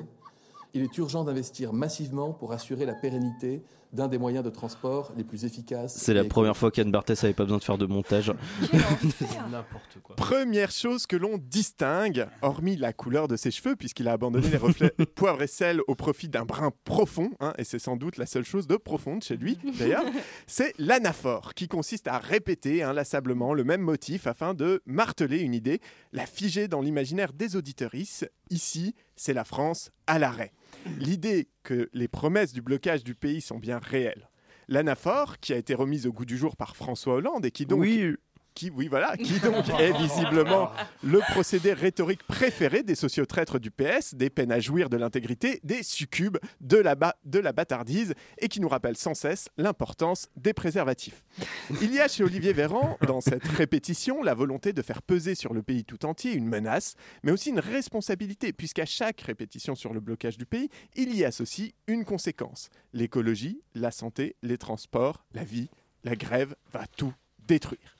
Q: il est urgent d'investir massivement pour assurer la pérennité d'un des moyens de transport les plus efficaces.
D: C'est la
Q: et
D: première fois qu'Anne Barthès avait pas besoin de faire de montage.
F: N'importe quoi.
B: Première chose que l'on distingue, hormis la couleur de ses cheveux, puisqu'il a abandonné les reflets poivre et sel au profit d'un brun profond, hein, et c'est sans doute la seule chose de profonde chez lui d'ailleurs, c'est l'anaphore, qui consiste à répéter inlassablement le même motif afin de marteler une idée, la figer dans l'imaginaire des auditorices. Ici, c'est la France à l'arrêt. L'idée que les promesses du blocage du pays sont bien réelles. l'anaphore qui a été remise au goût du jour par François Hollande et qui donc
D: Oui.
B: qui, oui, voilà, qui donc est visiblement le procédé rhétorique préféré des sociotraîtres du PS, des peines à jouir de l'intégrité, des succubes de la, ba- de la bâtardise, et qui nous rappelle sans cesse l'importance des préservatifs. Il y a chez Olivier Véran, dans cette répétition, la volonté de faire peser sur le pays tout entier une menace, mais aussi une responsabilité, puisqu'à chaque répétition sur le blocage du pays, il y associe une conséquence. L'écologie, la santé, les transports, la vie, la grève va tout détruire.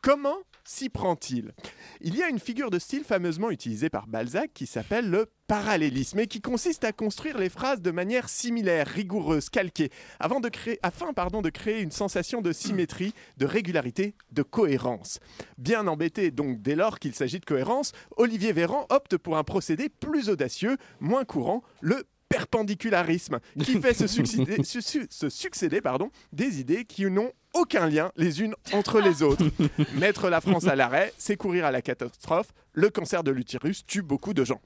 B: Comment s'y prend-il Il y a une figure de style fameusement utilisée par Balzac qui s'appelle le parallélisme et qui consiste à construire les phrases de manière similaire, rigoureuse, calquée, avant de créer, afin pardon, de créer une sensation de symétrie, de régularité, de cohérence. Bien embêté donc dès lors qu'il s'agit de cohérence, Olivier Véran opte pour un procédé plus audacieux, moins courant, le perpendicularisme, qui fait se succéder, su- su- se succéder, pardon, des idées qui n'ont aucun lien les unes entre les autres. Mettre la France à l'arrêt, c'est courir à la catastrophe. Le cancer de l'utérus tue beaucoup de gens.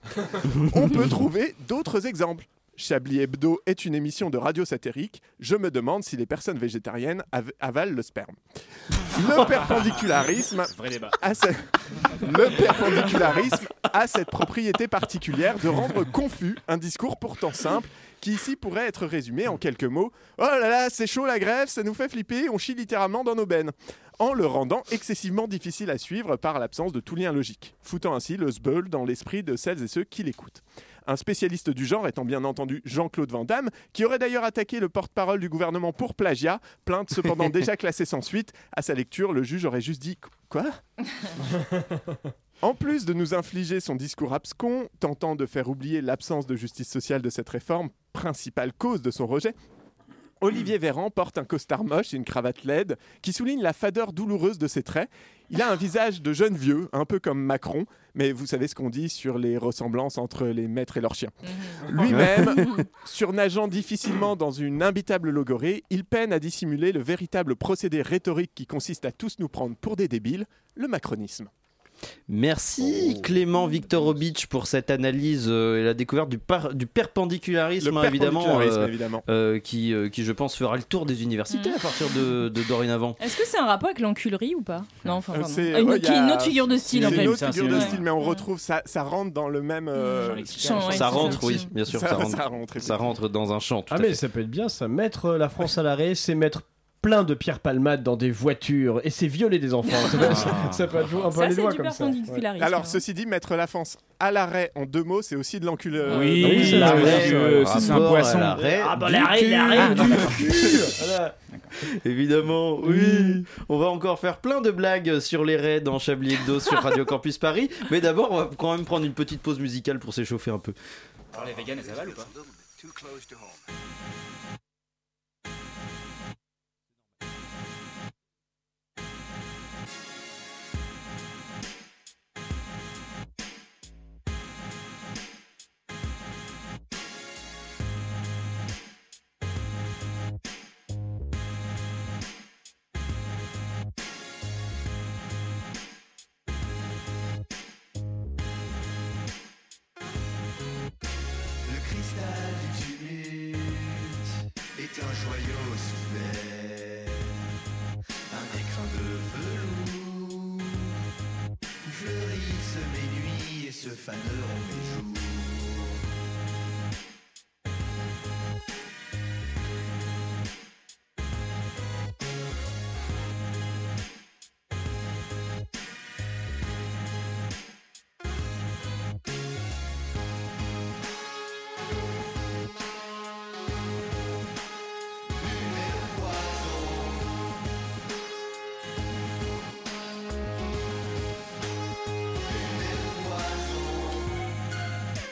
B: On peut trouver d'autres exemples. Chablis Hebdo est une émission de radio satirique. Je me demande si les personnes végétariennes av- avalent le sperme. Le perpendicularisme, a ce- le perpendicularisme a cette propriété particulière de rendre confus un discours pourtant simple qui ici pourrait être résumé en quelques mots. Oh là là, c'est chaud la grève, ça nous fait flipper, on chie littéralement dans nos bennes. En le rendant excessivement difficile à suivre par l'absence de tout lien logique, foutant ainsi le sbeul dans l'esprit de celles et ceux qui l'écoutent. Un spécialiste du genre étant bien entendu Jean-Claude Van Damme, qui aurait d'ailleurs attaqué le porte-parole du gouvernement pour plagiat, plainte cependant déjà classée sans suite. À sa lecture, le juge aurait juste dit Quoi en plus de nous infliger son discours abscon, tentant de faire oublier l'absence de justice sociale de cette réforme, principale cause de son rejet, Olivier Véran porte un costard moche et une cravate laide qui souligne la fadeur douloureuse de ses traits. Il a un visage de jeune vieux, un peu comme Macron, mais vous savez ce qu'on dit sur les ressemblances entre les maîtres et leurs chiens. Lui-même, surnageant difficilement dans une imbitable logorée, il peine à dissimuler le véritable procédé rhétorique qui consiste à tous nous prendre pour des débiles, le macronisme.
D: Merci Clément Viktorovitch pour cette analyse euh, et la découverte du, par- du perpendicularisme,
B: Le
D: hein, évidemment,
B: perpendicularisme, évidemment.
D: euh, qui, euh, qui je pense fera le tour des universités à partir de, de dorénavant.
C: Est-ce que c'est un rapport avec l'enculerie ou pas Non, enfin,
B: Euh,
C: pardon.
B: c'est-
C: une,
B: ouais,
C: qui
B: y
C: est
B: a-
C: une autre figure de style en
B: C'est
C: fait.
B: une autre
C: Ouais.
B: figure de style, mais on retrouve ça, ça rentre dans le même. euh,
D: Ça rentre, oui, bien sûr, ça, rentre.
B: Ça rentre.
D: Ça rentre dans un champ. tout
N: Ah
D: à
N: mais
D: fait.
N: ça peut être bien ça. Mettre euh, la France à l'arrêt, c'est mettre plein de pierres palmades dans des voitures et c'est violer des enfants. ça, peut,
B: Ah.
N: ça peut être un peu les doigts comme ça. Ouais.
B: Alors, ceci dit, mettre la France à l'arrêt en deux mots, c'est aussi de l'encul. euh,
P: Oui,
B: donc, c'est-
P: l'arrêt,
B: c'est-
P: euh, si c'est un
B: rapport à
P: poisson.
B: l'arrêt
P: Ah,
D: Oh,
P: bah,
B: du
P: l'arrêt,
B: cul.
P: l'arrêt
B: Ah,
P: du
B: non.
D: Évidemment, oui. On va encore faire plein de blagues sur les raids dans Chablis Hebdo sur Radio Campus Paris. Mais d'abord, on va quand même prendre une petite pause musicale pour s'échauffer un peu.
P: Alors les vegans, elles avalent ou pas
R: Le cristal du tumulte est un joyau souffert, un écrin de velours où fleurissent mes nuits et se faneront mes jours. Poison,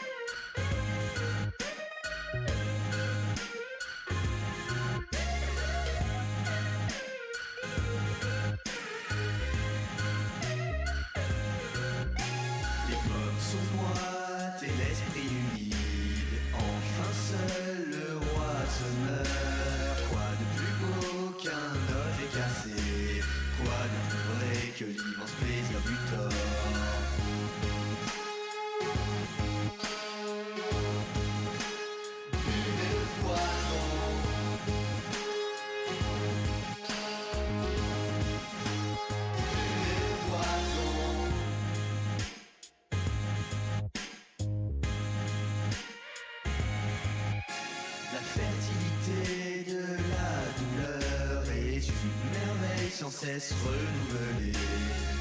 R: côté de la douleur est une merveille sans cesse renouvelée.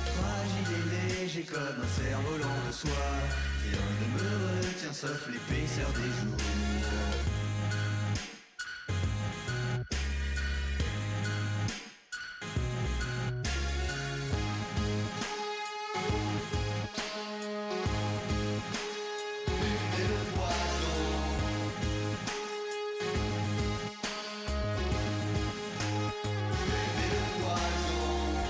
R: Fragile et léger comme un cerf-volant de soie, rien ne me retient sauf l'épaisseur des jours. Et le poison Bébé le poison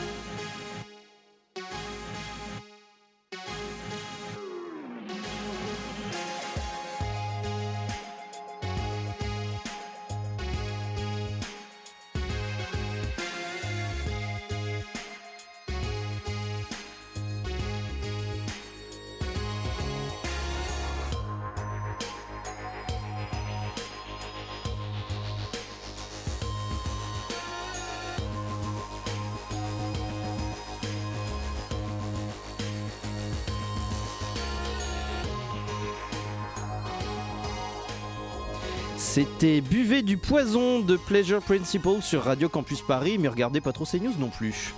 D: C'était Buvez du poison de Pleasure Principle sur Radio Campus Paris, mais regardez pas trop ces news non plus.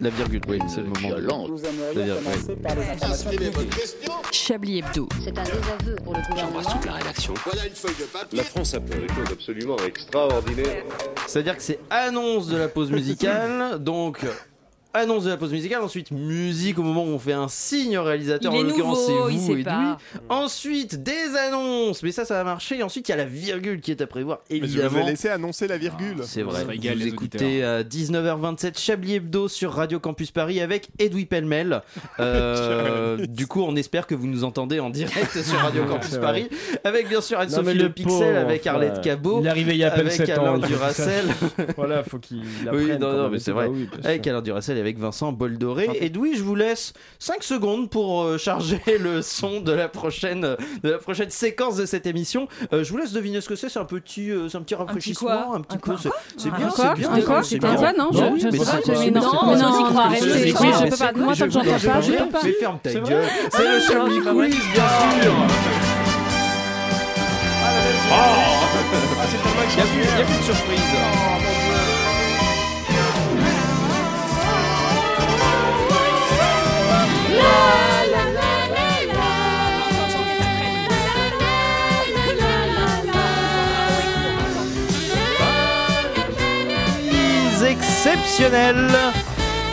D: La virgule, oui, c'est le moment. de-
L: Nous aimerions
D: La virgule,
L: commencer
D: oui.
L: par
P: euh,
L: les informations publiques.
O: Chablis Hebdo. C'est un désaveu pour le gouvernement.
L: toute la rédaction. Voilà une feuille de papier. La France a fait des choses absolument
D: extraordinaire. C'est-à-dire que c'est annonce de la pause musicale, donc annonce de la pause musicale, ensuite musique au moment où on fait un signe au réalisateur,
C: Il
D: en
C: est
D: l'occurrence c'est
C: nouveau, il
D: vous
C: sait
D: et
C: pas.
D: Louis. Ensuite des annonces, mais ça ça va marcher, et ensuite il y a la virgule qui est à prévoir
B: Mais je vous ai
D: évidemment.
B: laissé annoncer la virgule.
D: C'est vrai,
B: Vous
D: vous écoutez euh, à 19h27 Chablis Hebdo sur Radio Campus Paris avec Edoui Pellemel. Euh, du coup, on espère que vous nous entendez en direct sur Radio Campus
F: C'est
D: Paris avec bien sûr Anne
F: Non,
D: Sommel
F: puis
D: de
F: le
D: Ah, Pixel,
F: pauvre,
D: avec
F: enfin,
D: Arlette Cabot,
F: il est arrivé il y a à peine
D: avec
F: sept ans,
D: Alain
F: il faut
D: Duracel.
F: Voilà, faut qu'il apprenne.
D: Oui, non,
F: quand
D: non,
F: même,
D: mais c'est
F: pas
D: vrai.
F: oui, parce que-
D: avec Alain Duracel et avec Vincent Boldoré. Edoui, je vous laisse 5 secondes pour euh, charger le son de la prochaine, de la prochaine séquence de cette émission. Euh, je vous laisse deviner ce que c'est. C'est un petit, euh, c'est un petit rafraîchissement, un petit, peu. c'est- C'est
E: Un
D: bien,
E: quoi
D: c'est bien.
E: Un
D: c'est
E: quoi
D: bien.
E: C'était toi, non Je-
D: oui,
E: je
D: mais
E: sais
D: c'est-
E: pas,
D: c'est-
E: mais non,
D: c'est- c'est-
E: mais non,
D: c'est-
E: on croit,
D: c'est-
E: mais
D: c'est-
E: c'est-
D: c'est-
E: moi, je
D: c'est-
E: peux
D: c'est-
E: pas- moi,
D: je
E: tant que j'entends
D: comprends
E: pas, je
D: rien.
E: peux pas.
D: Mais ferme ta
E: C'est
D: gueule.
E: vrai
D: C'est le Chablis
C: Ah,
D: Quiz, bien sûr. Il n'y a, plus- il y a plus de surprise. surprise exceptionnelle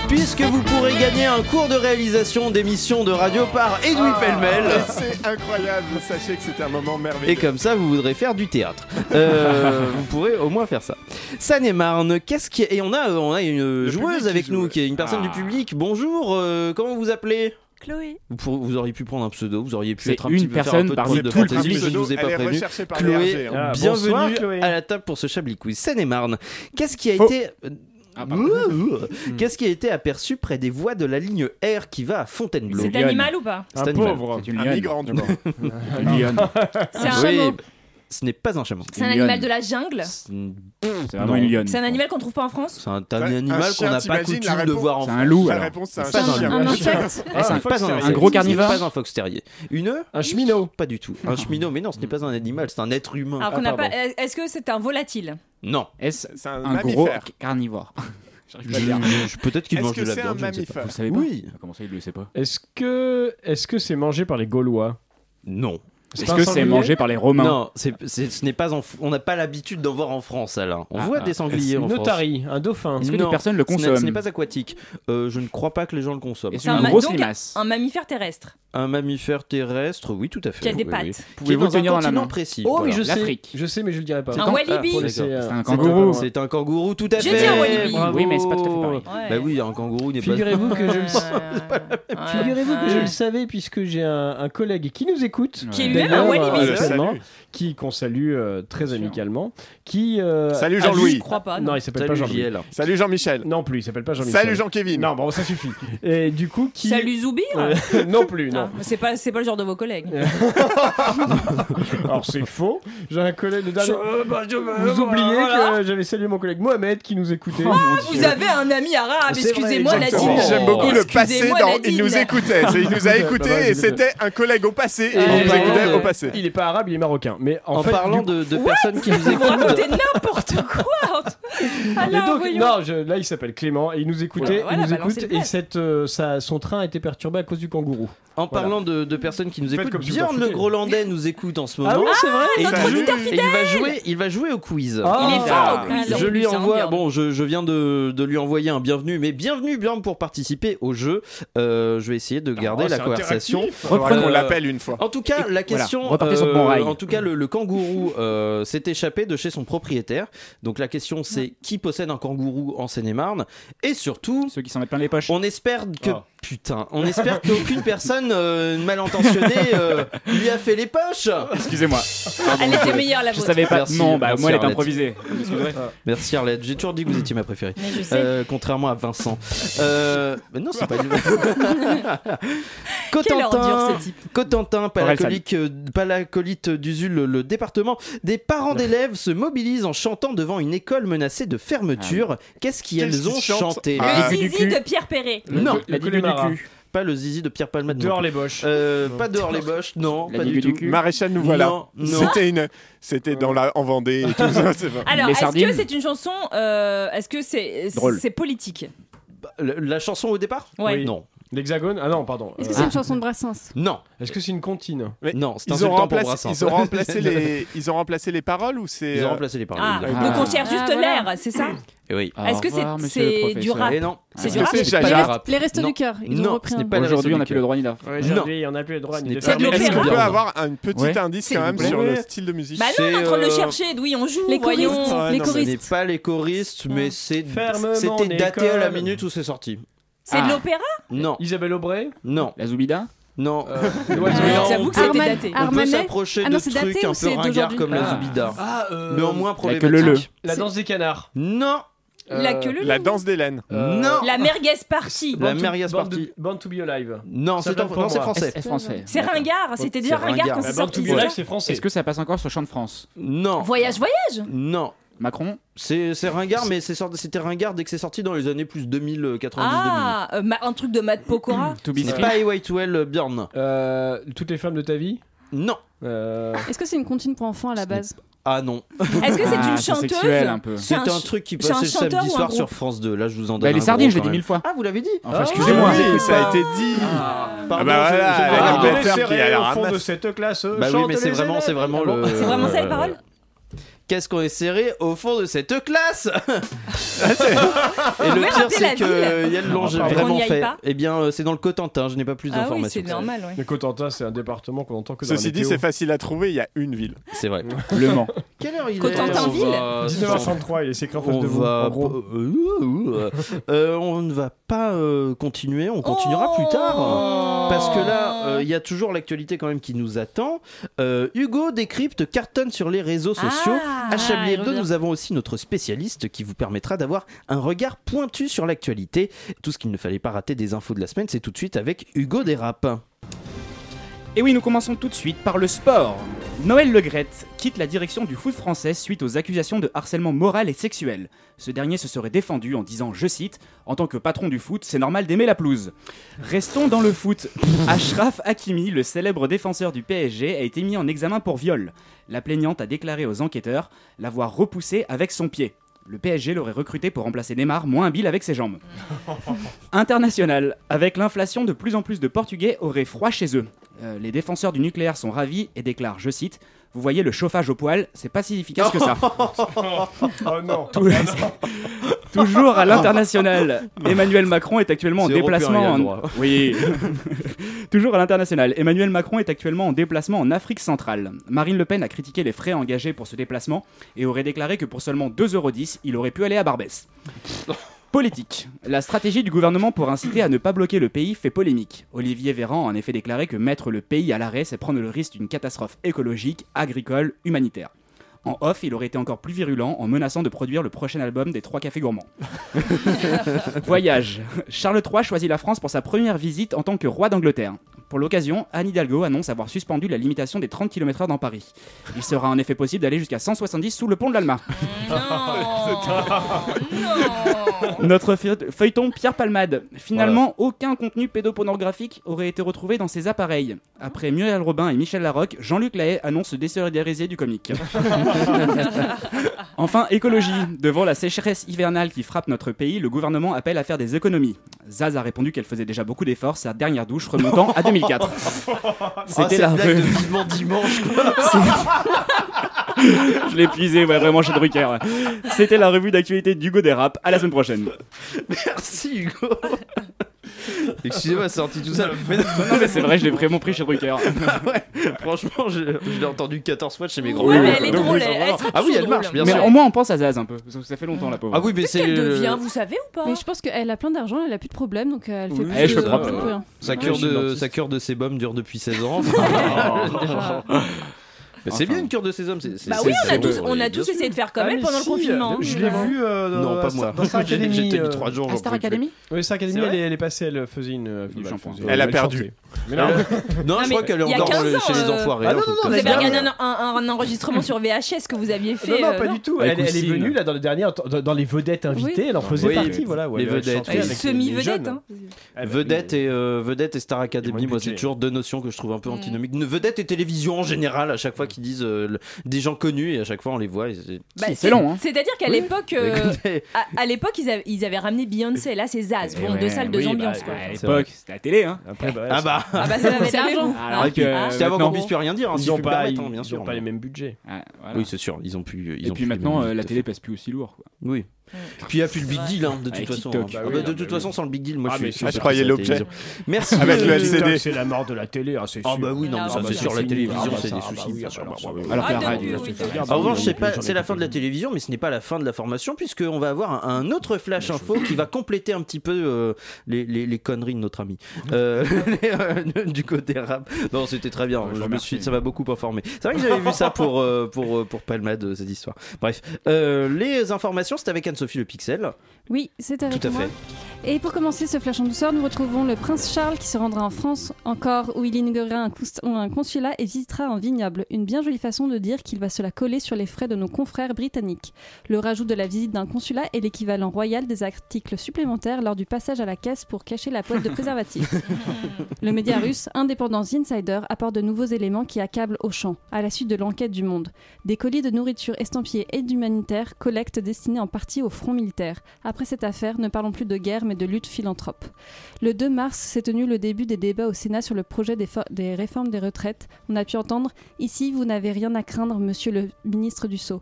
D: puisque vous pourrez gagner un cours de réalisation d'émissions de radio par Edoui Pellemel.
B: Et C'est incroyable, sachez que c'était un moment merveilleux.
D: Ah, Et comme ça, vous voudrez faire du théâtre. Euh, vous pourrez au moins faire ça. Seine et Marne, qu'est-ce qui et on a euh, on a une joueuse avec nous qui est une personne du public. Bonjour, euh, comment vous appelez
S: Chloé.
D: Vous, pourrez- vous auriez pu prendre un pseudo, vous auriez pu
P: C'est
D: être un
P: une
D: petit peu- faire
P: personne
D: un peu
P: parmi
D: de
P: tout le
D: fantasy,
P: public.
D: mais je ne vous ai
P: Elle
D: pas
P: est
D: prévenu.
P: recherchée par
D: Chloé, Ah,
P: les RG, hein.
D: bienvenue
P: Bonsoir, Chloé.
D: à la table pour ce Chablis Quiz. Seine-et-Marne, qu'est-ce qui a
P: Faux. Ah, Hmm.
D: été Ah, Ouh, ouh. Qu'est-ce qui a été aperçu près des voies de la ligne R qui va à Fontainebleau
C: C'est animal ou pas
D: C'est animal.
B: C'est une Un lionne. migrant, du moins.
D: Une lionne.
C: C'est un chameau.
D: Ce n'est pas un chameau.
C: C'est un animal de la jungle
D: C'est
P: vraiment une lionne.
C: C'est un animal qu'on trouve pas en France
D: C'est un, un
C: Un
D: animal qu'on
C: chien,
D: n'a pas
C: t'imagines, la
D: coutume de
C: réponse-
D: voir en
P: C'est
D: France.
P: un loup,
D: Pas
P: alors.
D: un loup.
P: C'est un
D: Pas
P: chien. Un
D: loup.
P: insecte
D: Eh, c'est
P: Un
D: pas
P: fox
D: un
P: terrier. Un gros
D: Ce n'est
P: carnivore.
D: Pas un fox terrier. Une Un cheminot. Pas du tout. Un cheminot, mais non, ce n'est pas un animal, c'est un être humain.
C: Alors qu'on
D: Ah,
C: n'a pas.
D: pardon.
C: Est-ce que c'est un volatile
D: Non.
B: C'est un,
P: gros
B: mammifère.
P: carnivore.
B: J'arrive pas à dire.
D: Je- je- peut-être qu'il
B: Est-ce
D: mange
B: que
D: de la
B: c'est
D: viande,
B: un
D: je ne sais pas.
B: mammifère
P: Vous le savez pas
D: Oui.
P: Comment ça, il le sait pas
F: Est-ce que est-ce que c'est mangé par les Gaulois
D: Non.
P: Est-ce que c'est mangé par les Romains
D: Non, c'est- c'est- ce n'est pas en- on n'a pas l'habitude d'en voir en France, Alain. On
P: Ah,
D: voit
P: ah.
D: des sangliers
F: Est-ce
D: en
F: une
D: France.
F: otarie, un dauphin Est-ce que des
D: Non,
F: personnes le
D: ce n'est- Ce
F: consomment
D: n'est pas aquatique. Euh, je ne crois pas que les gens le consomment.
C: C'est un, ma- donc un mammifère terrestre.
D: Un mammifère terrestre, oui, tout à fait.
C: Qui a des
D: Oui,
C: pattes.
D: oui. Qui est
F: Pouvez-vous
D: dans
F: tenir
D: un
F: dans la
D: continent
F: main
D: précis.
F: Oh, mais
D: voilà.
F: je sais,
D: L'Afrique.
F: je sais, mais je le dirai pas. euh,
D: C'est un-
C: wallabi.
D: ah, pour les-
F: C'est un
D: c'est un
F: kangourou.
D: C'est un kangourou, tout à fait.
C: J'ai dit un wallabi.
D: Bravo.
C: Oui, mais
P: c'est pas tout à fait pareil.
D: Bah oui, un kangourou n'est pas.
F: Figurez-vous que je le Figurez-vous que je le savais puisque j'ai un, un collègue qui nous écoute,
C: Qui est lui-même ah un
F: d'ailleurs,
C: Walibi.
F: actuellement,
B: Salut.
F: qui qu'on salue euh, très amicalement, qui euh,
B: Salut
F: a
B: Jean-Louis.
F: juste-
B: Je crois
C: pas, non.
F: Non, il s'appelle
D: Salut,
F: pas Jean-Louis.
D: JL.
B: Salut Jean-Michel.
F: Non plus, il s'appelle pas Jean-Michel.
B: Salut Jean-Kevin.
F: Non, bon, ça suffit. Et du coup, qui
C: Salut Zoubir
F: Euh, Non plus,
C: Ah,
F: non.
C: mais C'est pas, c'est pas le genre de vos collègues.
F: Alors c'est faux. J'ai un collègue le dernier. Vous
D: Vous
F: oubliez que j'avais salué mon collègue Mohamed qui nous écoutait.
C: Ah, vous avez un ami arabe,
F: C'est vrai,
C: excusez-moi la
F: exactement.
C: dîne.
B: J'aime beaucoup le passé
C: Excusez-moi,
B: dans
C: Nadine.
B: il nous écoutait, C'est- il nous a
F: Bah, bah,
B: écouté et
F: je-
B: c'était un collègue au passé et
D: En
B: il nous
D: parlant
B: écoutait
D: de-
B: au passé.
F: Il est pas arabe, il est marocain. Mais en,
D: En
F: fait,
D: parlant
F: du-
D: de- de What personnes qui nous écoutent-
C: Racontez n'importe quoi
F: Mais
C: Alors,
F: donc,
C: voyons.
F: non, je- là il s'appelle Clément et il nous écoutait,
D: Oula. Voilà,
F: il nous
D: balancez
F: écoute
D: le
F: et
D: blast.
F: cette, euh, sa- son train a été perturbé à cause du kangourou.
D: En
F: Voilà.
D: parlant de, de personnes qui nous
F: Faites
D: écoutent,
F: comme si vous
D: Bjorn
F: en
D: le
F: foutiez.
D: Grolandais nous écoute en ce
F: Ah
D: moment.
F: oui, c'est vrai.
D: et, il
F: Notre
D: va
F: auditeur
D: jouer, et il va jouer, il va jouer au quiz.
F: Ah.
C: Il est fort au quiz, en
D: Je lui
C: plus, hein,
D: envoie.
C: Bjorn.
D: Bon, je, je viens de, de lui envoyer un bienvenu, mais bienvenue Bjorn pour participer au jeu. Euh, je vais essayer de garder
B: Oh,
D: la
B: c'est
D: conversation.
B: interactif. Faudra qu'on
D: Euh,
B: l'appelle une fois.
D: En tout cas, la question.
P: repartez sur le
D: euh,
P: bon rail.
D: en tout cas, le, le kangourou euh, s'est échappé de chez son propriétaire. Donc la question, c'est qui possède un kangourou en Seine-et-Marne Et surtout,
P: ceux qui s'en mettent plein les poches.
D: On espère que
B: Ah.
D: putain, on espère qu'aucune personne euh, mal intentionnée euh, lui a fait les poches.
P: Excusez-moi.
C: Elle était meilleure la
P: Je
C: vôtre.
P: savais pas.
D: Merci,
P: non, bah
D: merci,
P: moi elle est
D: Arlette.
P: improvisée. Vous m'excuserez.
D: Merci Arlette, j'ai toujours dit que vous étiez ma préférée.
C: Mais je sais.
D: Euh, contrairement à Vincent. Euh, bah non, c'est pas du
C: ordure,
D: Cotentin,
C: ce type.
D: Cotentin
P: Aurel
D: palacolique, euh, palacolite d'Usul, le, le département. Des parents d'élèves se mobilisent en chantant devant une école menacée de fermeture. Qu'est-ce
B: Ah Qu'est-ce
D: qu'elles ont
B: qu'ils chantent
D: chanté
C: Le
B: Ah.
C: zizi de Pierre Perret.
D: Non,
F: la
P: ligue du cul.
D: Pas le zizi de Pierre Palmade. non
F: Dehors
D: plus.
F: les boches.
D: Euh, pas dehors les boches, non,
P: La
D: pas
P: ligue
D: du
P: du
D: tout.
P: cul.
B: Euh, Maréchal, nous voilà.
D: Non, non.
B: C'était une, c'était dans la en Vendée et tout ça. c'est vrai.
C: Alors,
P: Les
C: est-ce
P: sardines.
C: que c'est une chanson euh, Est-ce que c'est
P: Drôle.
C: c'est politique
D: Bah, le- La chanson au départ
C: Ouais.
F: Oui.
D: Non.
F: L'hexagone Ah non, pardon.
E: Est-ce que
F: Euh,
E: c'est une chanson de Brassens
D: Non.
F: Est-ce que c'est une comptine
B: Mais
D: non, c'est
B: Ils ont,
D: insultant pour
B: remplacé,
D: Brassens.
B: ils ont remplacé les, ils ont remplacé les paroles ou c'est
D: Ils ont
B: euh,
D: remplacé les paroles.
C: Ah,
D: évidemment.
C: donc on cherche
E: Ah,
C: juste
E: voilà.
C: l'air, c'est ça
D: Et oui.
P: Ah, Au
C: Est-ce que c'est-
P: revoir, monsieur
C: c'est
P: le professeur.
C: du rap
D: Et non.
C: C'est
B: du rap
D: c'est
B: euh, C'est
D: pas
B: du
D: du
B: rap.
D: rap.
E: Les Restos
D: Non.
E: du Cœur, ils
D: Non,
E: ont repris
D: ce
E: un.
D: n'est pas les
P: Aujourd'hui
D: Restos
P: on n'a
D: du
P: plus le droit ni la.
D: aujourd'hui,
F: on n'a plus le droit
D: ni de
C: faire de
B: Est-ce qu'on peut
C: Opéra.
B: avoir un petit
P: Ouais.
B: indice
P: S'il
B: quand
P: vous
B: même
P: plaît.
B: sur le
D: Ouais.
B: style de musique
C: Bah non, on est en train de le
D: C'est, euh,
C: chercher, d'où on joue,
E: Les
C: voyons.
B: Ouais, non, mais
E: choristes, les
D: Ah, Ce n'est
E: choristes.
D: pas les choristes, mais c'est
F: Ferme
D: c'était
F: mon
D: daté à la
F: école.
D: minute où c'est sorti.
C: C'est de
P: Ah.
C: l'opéra
D: Non,
F: Isabelle Aubray
D: non,
P: La Zoubida
D: non.
P: Ah,
F: l'oiseau
D: Mais
C: blanc.
D: on-
C: J'avoue que c'était
E: Arman-
C: daté.
D: on peut
E: Armanet
D: s'approcher
E: Ah
D: de
E: non, c'est daté
D: trucs
E: ou
D: un peu
E: c'est
D: ringards
E: d'aujourd'hui
D: comme la
F: Ah.
D: Zoubida,
F: Ah, euh,
D: mais en moins
P: La queue leu-leu.
D: problématique.
F: La danse des canards.
D: Non,
C: La queue leu leu.
B: La danse d'Hélène.
F: Euh,
D: non,
C: La merguez party.
D: La
F: Born to-
D: merguez
F: Born to-
D: party.
F: Born to be alive.
D: non,
F: Ça
D: c'est
F: vient
D: en-
F: pour
D: non, c'est
F: moi.
D: français.
P: Est français.
C: C'est ringard, c'était déjà
D: C'est
C: ringard
D: ringard.
C: quand
F: Bah,
C: c'est
F: Born to
C: sorti.
F: be
C: c'est
F: alive,
C: ça
F: c'est français.
P: Est-ce que ça passe encore sur Chant de France Bah,
D: Non,
C: Voyage, voyage
D: non.
P: Macron
D: C'est c'est ringard, mais c'est sorti- c'était ringard dès que c'est sorti dans les années plus 2090-2000.
C: Ah, euh, ma- un truc de Matt Pokora.
P: To
D: Ce
P: be
D: n'est
P: free.
D: pas Highway to Hell, euh, Bjorn.
F: Euh, toutes les femmes de ta vie
D: Non.
F: Euh,
E: Est-ce que c'est une comptine pour enfants à la
D: Ce n'est
E: base
D: Ah non.
C: Est-ce que c'est
P: Ah,
C: une
P: c'est sexuel, un peu.
C: chanteuse
D: C'est un
C: ch-
D: truc qui
C: c'est un
D: passait le
C: chanteur
D: samedi
C: ou un
D: soir sur
C: groupe
D: France 2. Là, je vous en donne
P: Bah
D: un
P: les
D: gros
P: sardines, je l'ai
D: quand
P: dit
D: même.
P: mille fois.
D: Ah, vous l'avez dit
P: Enfin,
B: Excusez-moi,
P: excusez-moi.
B: oui, ça a été dit.
D: Pardon,
B: Ah bah
D: je-
B: voilà,
D: je-
B: elle a
D: pardon.
B: bien
F: Robert
B: fait qui
F: Serré
B: a la
F: au fond
B: ramasse.
F: de cette classe.
D: Bah oui,
F: chante
D: mais c'est
F: les
D: vraiment,
F: élèves.
D: c'est vraiment
F: Ah bon
D: le.
C: C'est vraiment
D: euh,
C: ça les paroles Ah
D: Qu'est-ce qu'on est serré au fond de cette classe Ah, Et le
C: pouvez
D: pire,
C: rappeler la
D: c'est que
C: ville
D: Yann Lange
F: Pour qu'on
D: vraiment
C: y aille
D: fait.
C: pas
D: Eh bien, euh, c'est dans le Cotentin. Je n'ai pas plus
C: Ah oui, c'est
D: d'informations. que ça.
C: normal, ouais.
F: Le Cotentin, c'est un département qu'on entend que dans
B: Ceci
F: la
B: dit,
F: météo.
B: c'est facile à trouver. Il y a une ville.
D: c'est vrai.
P: Le Mans.
D: Quelle heure il est
C: Cotentinville
D: On va-
F: 19h33, il est écrit en face
D: Ah, On
F: de vous.
D: va,
F: en gros.
D: Euh, euh, on ne va pas euh, continuer, on continuera plus tard.
C: Oh.
D: Parce que là, euh, il y a toujours l'actualité quand même qui nous attend. Euh, Hugo décrypte, cartonne sur les réseaux sociaux.
C: Ah,
D: à Chablis
C: il
D: Hebdo,
C: revient.
D: nous avons aussi notre spécialiste qui vous permettra d'avoir un regard pointu sur l'actualité. Tout ce qu'il ne fallait pas rater des infos de la semaine, c'est tout de suite avec Hugo Dérapin.
A: Et oui, nous commençons tout de suite par le sport. Noël Legrette quitte la direction du foot français suite aux accusations de harcèlement moral et sexuel. Ce dernier se serait défendu en disant, je cite, En tant que patron du foot, c'est normal d'aimer la pelouse. Restons dans le foot. Ashraf Hakimi, le célèbre défenseur du PSG, a été mis en examen pour viol. La plaignante a déclaré aux enquêteurs l'avoir repoussé avec son pied. Le PSG l'aurait recruté pour remplacer Neymar, moins habile avec ses jambes. International, avec l'inflation, de plus en plus de Portugais auraient froid chez eux. Euh, les défenseurs du nucléaire sont ravis et déclarent, je cite, Vous voyez le chauffage au poil, c'est pas si efficace que ça.
C: Ah,
F: Oh non
A: Tou- Toujours à l'international, Emmanuel Macron est actuellement en
D: C'est européen, il a
A: déplacement.
F: hein.
D: le
A: En...
D: droit.
A: Oui. Toujours à l'international, Emmanuel Macron est actuellement en déplacement en Afrique centrale. Marine Le Pen a critiqué les frais engagés pour ce déplacement et aurait déclaré que pour seulement 2,10€, il aurait pu aller à Barbès. Politique. La stratégie du gouvernement pour inciter à ne pas bloquer le pays fait polémique. Olivier Véran a en effet déclaré que mettre le pays à l'arrêt, c'est prendre le risque d'une catastrophe écologique, agricole, humanitaire. En off, il aurait été encore plus virulent en menaçant de produire le prochain album des Trois Cafés Gourmands. Voyage. Charles III choisit la France pour sa première visite en tant que roi d'Angleterre. Pour Pour l'occasion, Anne Hidalgo annonce avoir suspendu la limitation des 30 km/h dans Paris. Il sera en effet possible d'aller jusqu'à 170 sous le pont de l'Alma. Notre feu- feuilleton Pierre Palmade. Finalement, aucun contenu pédopornographique aurait été retrouvé dans ces appareils. Après Muriel Robin et Michel Larocque, Jean-Luc Lahaye annonce se désolidarisé du comique. enfin, écologie. Devant la sécheresse hivernale qui frappe notre pays, le gouvernement appelle à faire des économies. Zaz a répondu qu'elle faisait déjà beaucoup d'efforts, sa dernière douche remontant à 2004.
D: Ah, cette blague
A: revue-
D: de vivement dimanche. quoi.
A: Je l'ai puisé, ouais, vraiment chez Drucker. ouais. C'était la revue d'actualité d'Hugo Dérap. À la semaine prochaine.
D: Merci Hugo. Excusez-moi, c'est sorti tout ça. Mais
A: Non, mais c'est vrai, je l'ai vraiment pris chez Drucker.
D: Franchement, je, je l'ai entendu 14 fois chez mes grands
A: Oui, mais elle est
C: drôle, elle- elle
D: Ah oui,
C: toujours
D: elle marche,
C: drôle.
D: bien
A: mais
D: sûr.
A: au moins, on pense à Zaz un peu. parce que Ça fait longtemps, la pauvre.
D: Ah oui, mais
C: Qu'est-ce
D: c'est.
C: qu'elle
D: le-
C: devient, vous savez ou pas
E: Mais je pense qu'elle a plein d'argent, elle a plus de problème, donc euh, elle fait
D: Oui,
E: plus
D: eh, je
E: de-
D: peux prendre.
E: plus de rien.
D: Sa cure, de, sa cure de sébum dure depuis 16 ans. Mais c'est bien une cure de sébum. c'est- c'est-
C: Bah oui,
D: c'est-
C: on a tous,
D: c'est-
C: on a
D: bien
C: tous
D: sûr.
C: essayé de faire comme
F: Ah,
C: elle
F: mais
C: pendant
F: si,
C: le confinement.
F: Je l'ai vu euh,
D: Non,
F: dans,
D: pas
F: dans
D: moi.
F: Star
D: J'ai
F: Academy.
D: j'ai tenu
F: euh,
D: 3 jours. j'en pouvais plus.
F: Oui, Star Academy,
D: C'est vrai
F: elle est, elle est passée, elle faisait une. euh, bah,
A: shampoing.
F: faisait-
B: Elle a
F: elle
B: perdu.
F: chantait. Mais
D: Non,
F: non.
D: non, je
C: mais
D: crois qu'elle est
C: il y a
D: encore
C: 15
D: euh,
C: ans,
D: chez les
C: euh,
D: enfoirés.
F: Ah,
D: un
F: non,
D: truc
F: non,
D: comme
C: Vous
F: mais
D: ça.
C: avez
F: bien.
C: regardé un, un- un enregistrement sur VHS que vous aviez fait.
F: Non, non,
C: euh,
F: pas du tout.
D: Avec
F: Elle, elle est
D: Ousine.
F: venue là dans le dernier, dans, dans les vedettes invitées, elle en faisait
D: Oui,
F: partie, voilà. ouais,
D: les
F: elle
D: vedettes.
F: chantait
D: Elle est
F: avec les- les
C: Euh, semi-vedette.
F: jeunes.
C: hein.
F: Elle-
D: Vedette et, euh, vedette et Star
F: moins
D: Academy,
F: de
D: moi,
F: budget.
D: c'est toujours deux notions que je trouve un peu
C: Mm.
D: antinomiques. Ne- Vedette et télévision en général, à chaque fois qu'ils disent euh, le- des gens connus et à chaque fois on les voit. et c'est-
C: Bah,
A: c'est long, hein.
C: C'est-à-dire qu'à
D: Oui.
C: l'époque, euh,
D: Écoutez,
C: à, à l'époque, ils, avaient- ils avaient ramené Beyoncé. Là, c'est Zaz.
A: Eh
C: Bon,
A: ouais,
C: deux salles, deux
A: oui,
C: ambiances.
A: bah,
C: quoi.
A: À
D: C'est vrai.
A: l'époque, c'était la télé, hein.
F: Après, bah,
D: Ah bah,
C: Ah bah ça va
E: C'est
C: avec
E: argent.
C: vous.
A: Alors
C: Ah,
A: que,
C: ah.
D: c'était avant qu'on
A: maintenant-
D: puisse plus rien dire, hein, si
F: Ils
D: je
F: n'ont
D: puis me
F: pas,
D: permettre,
F: ils
D: hein, bien sûr.
F: ont pas les mêmes budgets.
A: Ouais, Ah, voilà.
D: Oui, c'est sûr, ils ont plus. Ils
A: Et puis
D: ont plus les
A: maintenant,
D: mêmes
A: euh, la
D: budgets.
A: télé pèse plus aussi lourd. Quoi.
D: Oui. Puis il n'y a plus le big
C: Ouais.
D: deal, hein, de toute
A: Avec
D: façon.
A: TikTok.
D: hein.
F: Bah
D: Ah
F: oui,
D: bah,
F: bah
D: de toute
F: oui.
D: façon, sans le big deal, moi
F: Ah,
D: je
F: mais
D: suis.
F: ça,
D: je
F: je
D: crois
B: croyais
D: que c'est la
B: l'objet.
D: télévision. Merci.
B: Avec le
D: euh,
B: LCD.
F: C'est la mort de la télé, hein, c'est sûr.
D: Ah bah oui, non, mais
C: Ah
D: ça
C: bah
D: c'est
C: ça,
D: sûr, la
F: c'est- ah
D: télévision,
F: bah
D: c'est
F: ça,
D: des
F: ah bah
D: soucis.
F: oui,
D: bien
F: ah
D: sûr.
F: bah
D: Bah
F: non,
D: oui.
F: ça,
A: Alors que la
C: Ah,
A: radio,
C: oui,
A: ça,
C: oui,
A: tu
C: oui,
A: fais
C: oui.
A: rien.
D: En
F: Ah,
D: revanche,
F: oui,
D: c'est
F: oui,
D: pas,
F: j'en ai
D: c'est la
F: pas
D: fin de la
F: compris.
D: télévision, mais ce n'est pas la fin de la formation, puisque on va avoir un autre flash info qui va compléter un petit peu euh, les, les- les conneries de notre ami
F: Mhm.
D: Euh, les, euh, du côté rap. Non, c'était très bien. Je me suis, ça m'a beaucoup informé. C'est vrai que j'avais vu ça pour euh, pour euh, pour Palmade euh, cette histoire. Bref, Euh, les informations, c'est avec Anne-Sophie Le Pixel.
E: Oui, c'est avec
D: Tout à
E: moi.
D: fait.
E: Et pour commencer ce flash en douceur, nous retrouvons le prince Charles qui se rendra en France encore où il inaugurera un, cons- un consulat et visitera un vignoble. Une bien jolie façon de dire qu'il va se la coller sur les frais de nos confrères britanniques. Le rajout de la visite d'un consulat est l'équivalent royal des articles supplémentaires lors du passage à la caisse pour cacher la poêle de préservatif. le média russe Independence Insider apporte de nouveaux éléments qui accablent Auchan à la suite de l'enquête du Monde. Des colis de nourriture estampillés et humanitaire collectent destinés en partie au front militaire. Après cette affaire, ne parlons plus de guerre mais de lutte philanthrope. Le 2 mars s'est tenu le début des débats au Sénat sur le projet des, fo- des réformes des retraites. On a pu entendre Ici, vous n'avez rien à craindre, monsieur le ministre du Sceau.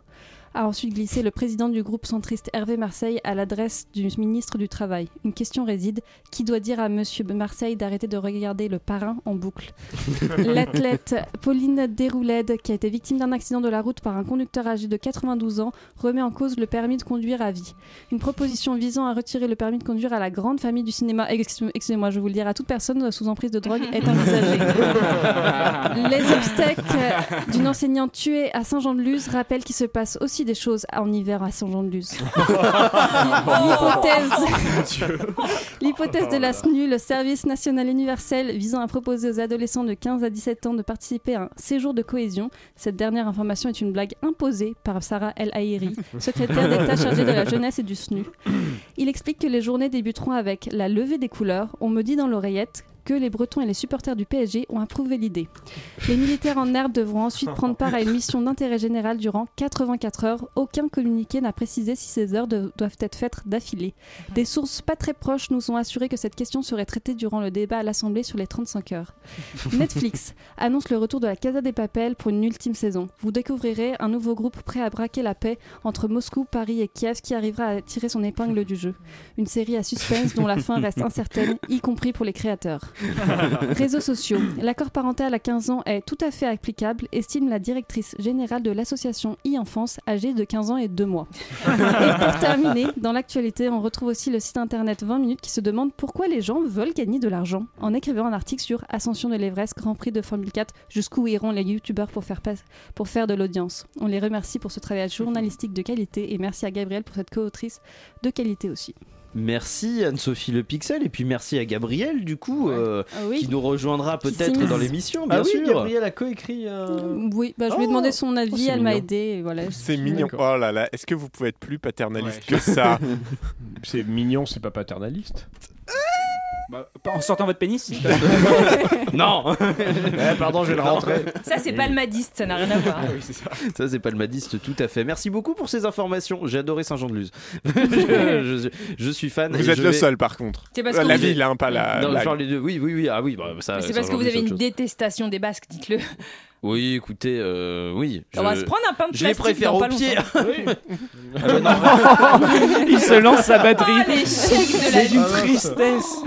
E: A ensuite glissé le président du groupe centriste Hervé Marseille à l'adresse du ministre du Travail. Une question réside qui doit dire à monsieur Marseille d'arrêter de regarder le parrain en boucle L'athlète Pauline Déroulède, qui a été victime d'un accident de la route par un conducteur âgé de 92 ans, remet en cause le permis de conduire à vie. Une proposition visant à retirer le permis de conduire à la grande famille du cinéma, excuse- excusez-moi, je vais vous le dire, à toute personne sous emprise de drogue est envisagée. Les obstacles d'une enseignante tuée à Saint-Jean-de-Luz rappellent qu'il se passe aussi des choses en hiver à Saint-Jean-de-Luz.
C: Oh,
E: L'hypothèse. L'hypothèse de la SNU, le service national universel visant à proposer aux adolescents de 15 à 17 ans de participer à un séjour de cohésion. Cette dernière information est une blague imposée par Sarah El Haïri, secrétaire d'État chargée de la jeunesse et du SNU. Il explique que les journées débuteront avec la levée des couleurs. On me dit dans l'oreillette que les Bretons et les supporters du PSG ont approuvé l'idée. Les militaires en herbe devront ensuite prendre part à une mission d'intérêt général durant 84 heures. Aucun communiqué n'a précisé si ces heures de- doivent être faites d'affilée. Des sources pas très proches nous ont assuré que cette question serait traitée durant le débat à l'Assemblée sur les 35 heures. Netflix annonce le retour de la Casa des Papels pour une ultime saison. Vous découvrirez un nouveau groupe prêt à braquer la paix entre Moscou, Paris et Kiev qui arrivera à tirer son épingle du jeu. Une série à suspense dont la fin reste incertaine, y compris pour les créateurs. Réseaux sociaux. L'accord parental à 15 ans est tout à fait applicable, estime la directrice générale de l'association e-enfance âgée de 15 ans et 2 mois. Et pour terminer, dans l'actualité, on retrouve aussi le site internet 20 minutes qui se demande pourquoi les gens veulent gagner de l'argent en écrivant un article sur Ascension de l'Everest, Grand Prix de Formule 4, jusqu'où iront les youtubeurs pour faire, pas- pour faire de l'audience. On les remercie pour ce travail journalistique de qualité et merci à Gabriel pour cette co-autrice de qualité aussi.
D: Merci Anne-Sophie Le Pixel et puis merci à Gabriel du coup euh,
E: oui.
D: qui nous rejoindra peut-être
E: s'immisce.
D: dans l'émission bien
F: Ah oui,
D: sûr.
F: Gabriel a coécrit. euh,
E: Oui, bah, je lui ai demandé son
D: Oh,
E: avis, elle m'a aidé. et Voilà,
B: C'est mignon. Oh là là, est-ce que vous pouvez être plus paternaliste que ça
F: C'est mignon, c'est pas paternaliste.
A: Bah, en sortant votre pénis
D: non
F: Eh, pardon, je vais le rentrer.
C: Ça, c'est palmadiste, ça n'a rien à voir.
D: Ah Ça, c'est palmadiste, tout à fait. Merci beaucoup pour ces informations. J'ai adoré Saint-Jean-de-Luz. je, je- je suis fan.
B: Vous
D: et
B: êtes
D: je
B: le
D: vais-
B: seul par contre.
C: C'est parce que
B: La
C: vous-
B: ville, hein, pas la.
D: Non,
B: la-
D: je parle des deux. Oui, oui, oui. Ah oui, bah, ça.
C: C'est parce que vous
D: Saint-Jean-de-Luz,
C: avez
D: autre
C: une
D: chose.
C: détestation des Basques, dites-le.
D: Oui, écoutez, euh, oui.
C: On va Ah bah, se prendre un pain de
D: Je les
C: plastique
D: préfère
C: dans
D: au
C: pas
D: pied.
C: longtemps.
A: Il se lance sa batterie.
C: Oh, l'échec de la
A: C'est d'une
C: vie.
A: tristesse.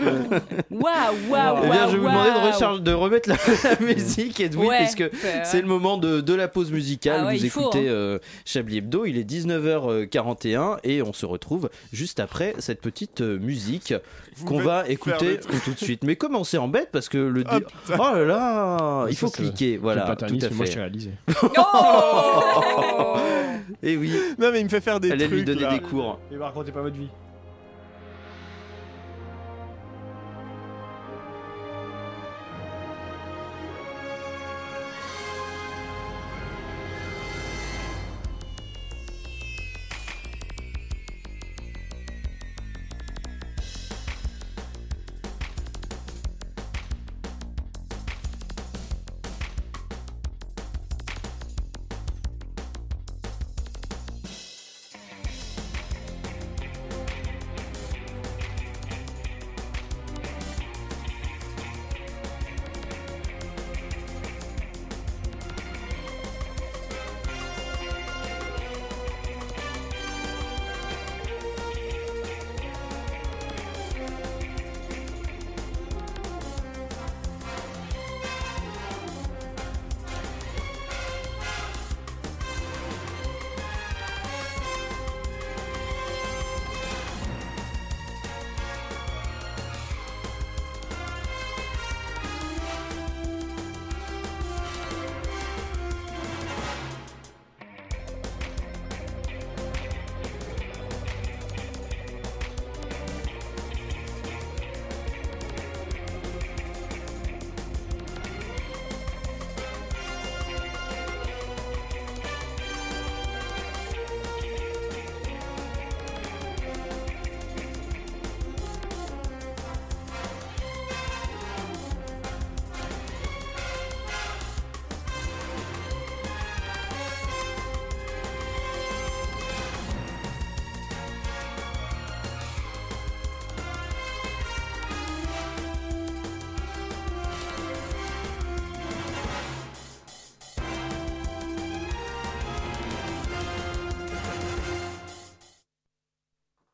C: Waouh, waouh,
D: Eh bien, je vais vous
C: waouh,
D: demander de,
C: waouh.
D: recharge- de remettre la, la musique, Edwin,
C: Ouais,
D: parce que
C: ouais,
D: c'est
C: ouais.
D: le moment de, de la pause musicale.
C: Ah ouais,
D: vous
C: il faut,
D: écoutez
C: hein.
D: euh, Chablis Hebdo, il est 19h41 et on se retrouve juste après cette petite euh, musique qu'on
B: faites
D: va
B: faire
D: écouter
B: des trucs.
D: tout de suite. Mais comment c'est en bête parce que le. dé-
B: Ah,
D: Oh,
B: putain.
D: là là Il
F: Ça,
D: faut
F: c'est-
D: cliquer, voilà.
F: c'est
D: Tout
F: paternaliste,
D: à
F: moi, je t'ai
D: fait.
F: réalisé.
D: Oh Et oui,
B: Non, mais il me fait faire des
D: allez
B: trucs.
D: lui donner
B: là.
D: des cours.
F: Et bah, racontez pas votre vie.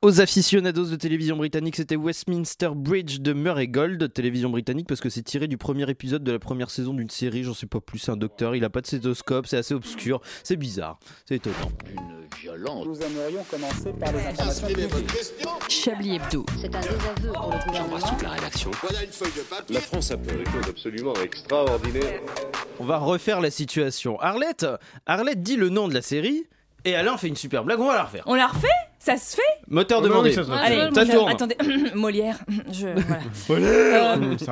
D: Aux aficionados de télévision britannique, c'était Westminster Bridge de Murray Gold, télévision britannique, parce que c'est tiré du premier épisode de la première saison d'une série, j'en sais pas plus, c'est un docteur, il a pas de stéthoscope, c'est assez obscur, c'est bizarre, c'est étonnant.
K: Violente.
J: aimerions commencer par
K: les informations publiques.
O: Chablis Hebdo.
K: C'est un désaveu pour le gouvernement.
J: toute la rédaction.
L: Voilà une feuille de papier.
J: La France a fait des choses absolument extraordinaires.
D: On va refaire la situation. Arlette, Arlette dit le nom de la série, et Alain fait une super blague, on va la refaire.
C: On la refait Ça se fait
D: Moteur
F: Oh bah
D: demandé.
F: oui, ça se refait.
C: Allez,
D: ça
C: je-
D: tourne.
C: attendez, Molière, je voilà. Euh,
F: Ça va,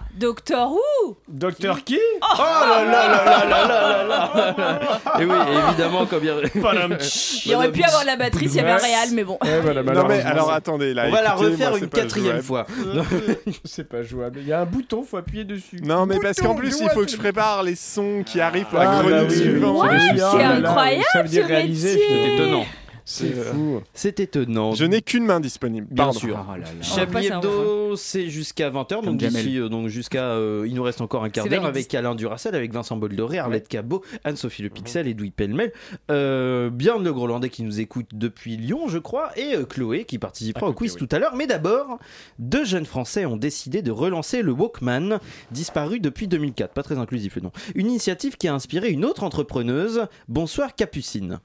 C: ah, Doctor Who.
F: Docteur qui
D: Oh là là là là là là là là Et Eh oui, évidemment, comme il...
F: Padam.
C: Il
D: Bah,
C: y aurait pu avoir de la batterie s'il y avait un
F: Ouais.
C: réal, mais bon.
F: Eh, voilà,
B: Non, mais
F: malheureusement,
B: alors attendez, là.
D: On va la
B: Ah, écoutez,
D: refaire
B: moi, c'est
D: une
B: pas
D: quatrième
B: jouable.
D: fois.
F: C'est pas jouable. Il y a un bouton, faut appuyer dessus.
B: Non, mais parce qu'en
F: Bouton,
B: plus,
F: doigt,
B: il faut que
F: tu-
B: je prépare les sons qui arrivent pour la
F: Ah, bah
B: chronique
F: oui,
B: suivante.
F: oui, oui.
C: c'est
F: Ah là là,
C: incroyable,
F: Ça veut dire
C: ce
F: réaliser.
C: métier.
D: C'est étonnant.
F: C'est fou.
D: C'est étonnant.
B: Je n'ai qu'une main disponible.
D: Bien
B: Pardon.
D: sûr.
A: Ah, là là.
C: On va
D: Chablis
C: passer à
D: Hebdo, c'est jusqu'à 20h, donc
A: Comme Jamel.
D: d'ici, euh, donc jusqu'à, euh, il nous reste encore un quart
C: C'est
D: d'heure
C: validiste.
D: avec Alain Duracel, avec Vincent Boldoré, Arlette Cabot, Anne-Sophie Le Pixel, Edoui Pellemel, euh, Björn Le Groenlandais qui nous écoute depuis Lyon, je crois, et euh, Chloé qui participera
F: Ah,
D: au
F: Chloé,
D: quiz
F: oui.
D: tout à l'heure. Mais d'abord, deux jeunes Français ont décidé de relancer le Walkman, disparu depuis 2004. Pas très inclusif le nom. Une initiative qui a inspiré une autre entrepreneuse. Bonsoir Capucine.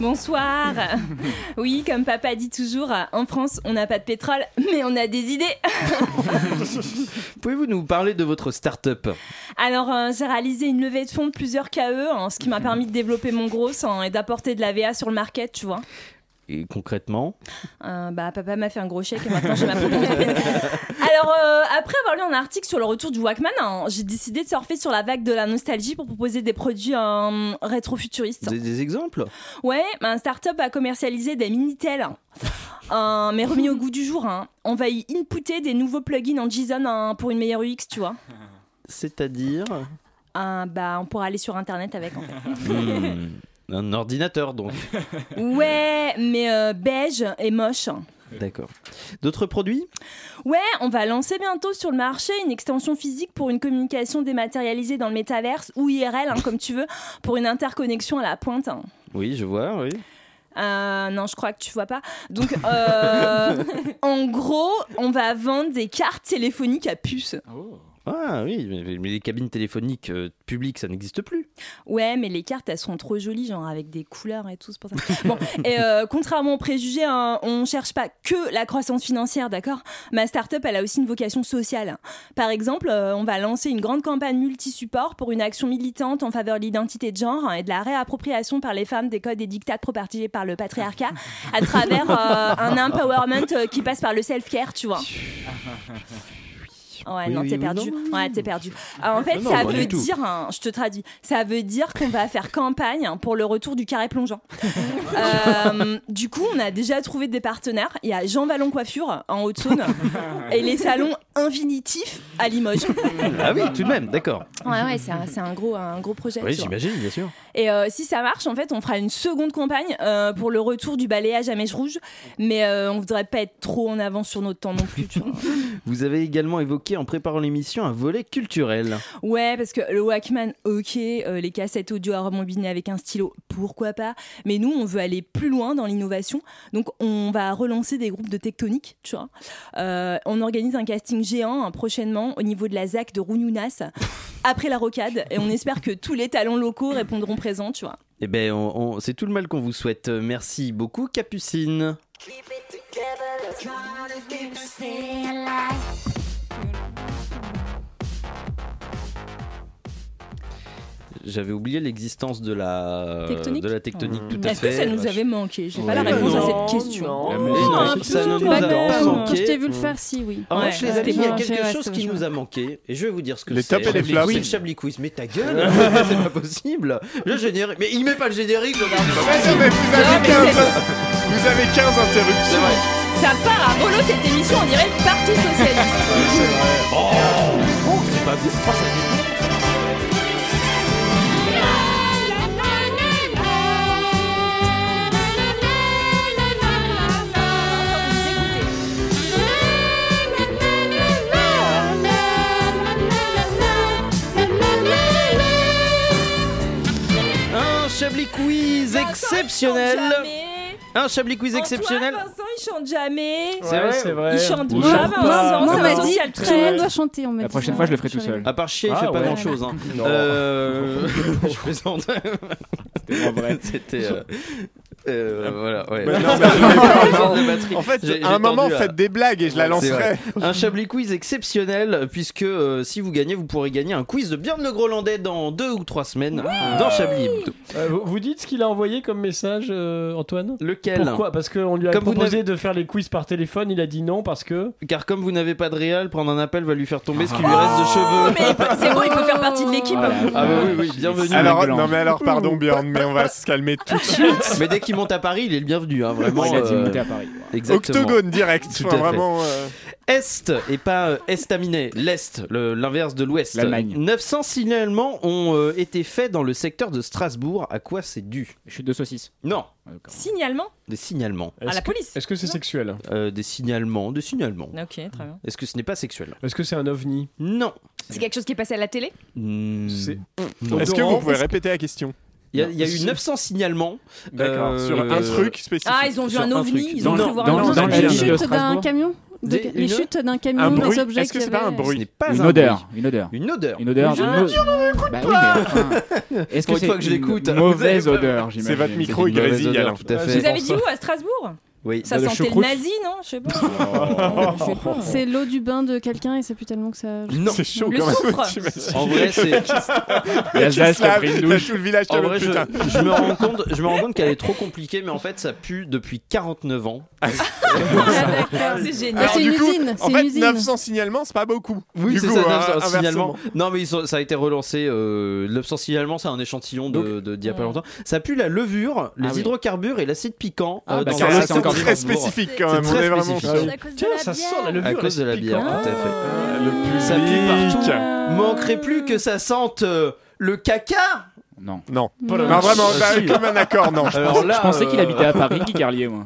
C: Bonsoir. Oui, comme papa dit toujours, en France, on n'a pas de pétrole, mais on a des idées.
D: Pouvez-vous nous parler de votre start-up
C: Alors, euh, j'ai réalisé une levée de fonds de plusieurs KE, hein, ce qui m'a permis de développer mon gros hein, et d'apporter de la VA sur le market, tu vois.
D: Et concrètement,
C: Euh, bah, papa m'a fait un gros chèque et maintenant j'ai ma propre entreprise. Alors, euh, après avoir lu un article sur le retour du Walkman, hein, j'ai décidé de surfer sur la vague de la nostalgie pour proposer des produits euh, rétrofuturistes.
D: des, des exemples
C: Ouais, un start-up a commercialisé des Minitel, hein. Euh, mais remis au goût du jour. hein. On va y inputer des nouveaux plugins en JSON hein, pour une meilleure UX, tu vois.
D: C'est-à-dire
C: Euh, bah, on pourra aller sur internet avec en fait.
D: Hmm, Un ordinateur, donc.
C: ouais, mais euh, beige et moche.
D: D'accord. D'autres produits
C: Ouais, on va lancer bientôt sur le marché une extension physique pour une communication dématérialisée dans le métaverse ou IRL, hein, comme tu veux, pour une interconnexion à la pointe. hein.
D: Oui, je vois, oui.
C: Euh, non, je crois que tu vois pas. Donc, euh, en gros, on va vendre des cartes téléphoniques à puce.
D: Ah oui, mais, mais les cabines téléphoniques euh, publiques, ça n'existe plus.
C: Ouais, mais les cartes, elles sont trop jolies, genre avec des couleurs et tout, c'est pour ça. Bon, et euh, contrairement aux préjugés, hein, on cherche pas que la croissance financière, d'accord Ma start-up, elle a aussi une vocation sociale. Par exemple, euh, on va lancer une grande campagne multi-support pour une action militante en faveur de l'identité de genre hein, et de la réappropriation par les femmes des codes et dictats propagés par le patriarcat à travers euh, un empowerment euh, qui passe par le self-care, tu vois. Ouais,
S: Oui,
C: non,
S: oui,
C: t'es
S: oui,
C: perdu. ouais, t'es perdu. Euh, en fait,
S: Non, non,
C: ça
S: pas
C: veut
S: du tout.
C: dire, hein, je te traduis, ça veut dire qu'on va faire campagne hein, pour le retour du carré plongeant. Euh, du coup, on a déjà trouvé des partenaires. Il y a Jean Vallon Coiffure en Haute-Saône et les salons Infinitif à Limoges.
D: Ah oui, tout de même, d'accord.
C: Ouais, ouais, c'est un, c'est un gros, un gros projet.
D: Oui,
C: tu vois.
D: j'imagine, bien sûr.
C: Et euh, si ça marche, en fait, on fera une seconde campagne euh, pour le retour du balayage à mèche rouge. Mais euh, on voudrait pas être trop en avance sur notre temps non plus. tu vois.
D: Vous avez également évoqué en préparant l'émission un volet culturel.
C: Ouais, parce que le Walkman, ok, euh, les cassettes audio à rembobiner avec un stylo, pourquoi pas. Mais nous, on veut aller plus loin dans l'innovation. Donc, on va relancer des groupes de tectonique, tu vois. Euh, on organise un casting géant hein, prochainement au niveau de la ZAC de Rougnounas, après la rocade. Et on espère que tous les talents locaux répondront présents, tu vois.
D: Eh ben, on- on- c'est tout le mal qu'on vous souhaite. Euh, Merci beaucoup, Capucine. J'avais oublié l'existence de la
C: Tectonique Mmh.
D: de la tectonique, tout à
C: Est-ce
D: fait.
C: que ça nous avait manqué J'ai pas la
D: Ouais.
C: réponse
D: Non,
C: à cette question.
D: non, Mais non, non, ça plus ne ou nous moins a quand pas même. manqué.
E: Quand je t'ai vu le faire, si, oui.
D: En revanche,
E: Ouais.
D: Ah, les amis, il y a
E: Ouais,
D: quelque
E: ouais,
D: chose
E: c'est
D: qui
E: vachement.
D: nous a manqué, et je vais vous dire ce que
B: Les
D: c'est.
B: tops et les flops.
D: Oui, le Chablis Quiz, mais ta gueule, c'est pas possible. Le générique, mais il met pas le générique, le gars.
B: mais vous avez 15, vous avez 15 interruptions.
C: Ça part à volo cette émission, on dirait le Parti Socialiste.
D: Oh, oh, c'est pas possible. Oh, ça dit- Un Chablis Quiz exceptionnel. Un Chablis Quiz exceptionnel.
C: Antoine, Vincent, il chante jamais.
D: C'est vrai, c'est vrai.
C: Il chante
D: Oui.
C: pas,
D: Moi,
C: Vincent.
E: moi,
C: ça
E: on m'a
C: va
E: dit,
C: social
E: tout le
C: très-
E: monde doit chanter, on m'a
P: La
E: dit
P: prochaine
E: ça.
P: fois, je le ferai tout seul.
D: À part chier, il
P: Ah
D: fait pas
P: ouais.
D: grand chose. Hein.
P: Non.
D: Euh, je plaisante. C'était
P: pas vrai.
D: C'était. euh, euh, voilà, ouais.
B: Bah non, mais je l'ai pas, non. En fait, à un moment, faites des blagues et je la
D: C'est vrai.
B: lancerai.
D: Un Chablis quiz exceptionnel, puisque euh, si vous gagnez, vous pourrez gagner un quiz de Björn le Groenlandais dans deux ou trois semaines dans Chablis Hebdo.
F: Euh, vous, vous dites ce qu'il a envoyé comme message, euh, Antoine
D: Lequel
F: Pourquoi Parce qu'on lui a
D: Comme vous
F: proposé de faire les quiz par téléphone, il a dit non parce que.
D: Car comme vous n'avez pas de réel, prendre un appel va lui faire tomber ce qui lui
B: Ah.
D: reste de cheveux.
C: Oh, Mais il peut- c'est bon, il peut faire partie de l'équipe.
D: Ah bah oui, oui, bienvenue.
B: Alors, non, mais alors, pardon, Bjorn, mais on va se calmer tout de suite.
D: Mais dès qu'il monte à Paris, il est le bienvenu, hein, vraiment.
B: Oh, Il a dit
D: euh,
B: monter à Paris.
D: Exactement.
B: Octogone direct,
D: Tout
B: enfin,
D: à fait.
B: vraiment, euh.
D: Est et pas euh, estaminet, l'Est, le- l'inverse de l'Ouest.
P: L'Allemagne.
D: 900 signalements ont euh, été faits dans le secteur de Strasbourg. À quoi c'est dû Chute de saucisse. Non,
C: Signalement
D: des signalements.
C: À la police.
D: Est-ce que c'est sexuel Des signalements, des signalements.
C: Ok, très bien.
D: Est-ce que ce n'est pas sexuel
F: Est-ce que c'est un ovni
D: Non.
C: C'est quelque chose qui est passé à la télé
D: C'est.
B: Est-ce que vous pouvez répéter la question
D: Il y, a- il y a eu 900 signalements. euh,
B: D'accord, sur un truc spécifique.
C: Ah, ils ont vu
D: sur
C: un ovni,
D: truc.
C: ils ont
D: Non,
C: cru voir
D: non,
C: un
D: non,
C: ovni.
D: non,
E: Les
D: non,
E: chutes
D: non.
E: d'un camion De-
D: Des-
E: Les
D: une-
E: chutes d'un camion, les objets
D: Est-ce que
E: qu'il
D: c'est
E: y
D: pas un
E: avait-
D: bruit
P: Une odeur, une odeur.
D: Une odeur.
P: Une odeur.
D: Je
P: d'une
D: veux
P: mo-
D: dire,
P: Bah oui, mais enfin, Est-ce
D: Pour
P: que
D: une
P: c'est
D: fois que je
P: une
D: l'écoute, vous avez
P: mauvaise
D: pas-
P: odeur, j'imagine.
B: C'est votre micro,
P: une
B: il
P: mauvaise
B: grésille,
P: odeur,
B: Alain.
P: Tout à
C: Vous
P: fait.
C: avez dit où À Strasbourg
D: Oui.
C: Ça sentait le nazi, non Je sais pas. Je sais pas.
E: C'est l'eau du bain de quelqu'un et c'est plus tellement que ça.
D: Non.
B: C'est chaud
C: Le
B: quand même.
C: soufre.
B: t'imagines.
D: En vrai, c'est.
B: Il y a Zaz qui a pris une douche. Tout le village qui
D: En
B: avait
D: vrai, Oh, je,
B: putain.
D: je me rends compte, je me rends compte qu'elle est trop compliquée, mais en fait, ça pue depuis 49 ans.
C: C'est génial.
B: Alors,
E: c'est
B: du
E: une
B: coup,
E: usine,
B: En
E: c'est
B: fait,
E: une usine.
B: 900 signalements, c'est pas beaucoup.
D: Oui,
B: Du
D: c'est
B: coup,
D: ça,
B: hein,
D: l'absence
B: inversement.
D: signalement. Non, mais ils ont- ça a été relancé. Euh, l'absence signalement, c'est un échantillon de- de- d'il y a pas longtemps. Ça pue la levure, les
A: Ah oui.
D: hydrocarbures et l'acide piquant. euh,
A: Ah, bah,
D: dans
A: Carlos,
D: un
A: c'est encore
D: acide
B: Très
D: lourd.
B: spécifique quand même.
D: C'est
B: On
D: très
B: est vraiment.
D: spécifique.
C: C'est à cause de
F: Tiens,
C: la
F: ça
C: bière.
F: sort la levure. hein.
D: À cause de la bière, tout à fait.
F: Ah,
D: Ça pue
B: Le
D: partout.
B: public.
C: Euh,
D: Manquerait plus que ça sente euh, le caca.
A: Non.
B: Non.
A: Non.
B: Non, vraiment,
D: Ah,
B: bah,
D: si.
B: comme un accord, non. je
D: Alors
B: pense.
D: là,
A: Je pensais qu'il
D: euh,
A: habitait à Paris, Guy Carlier, moi.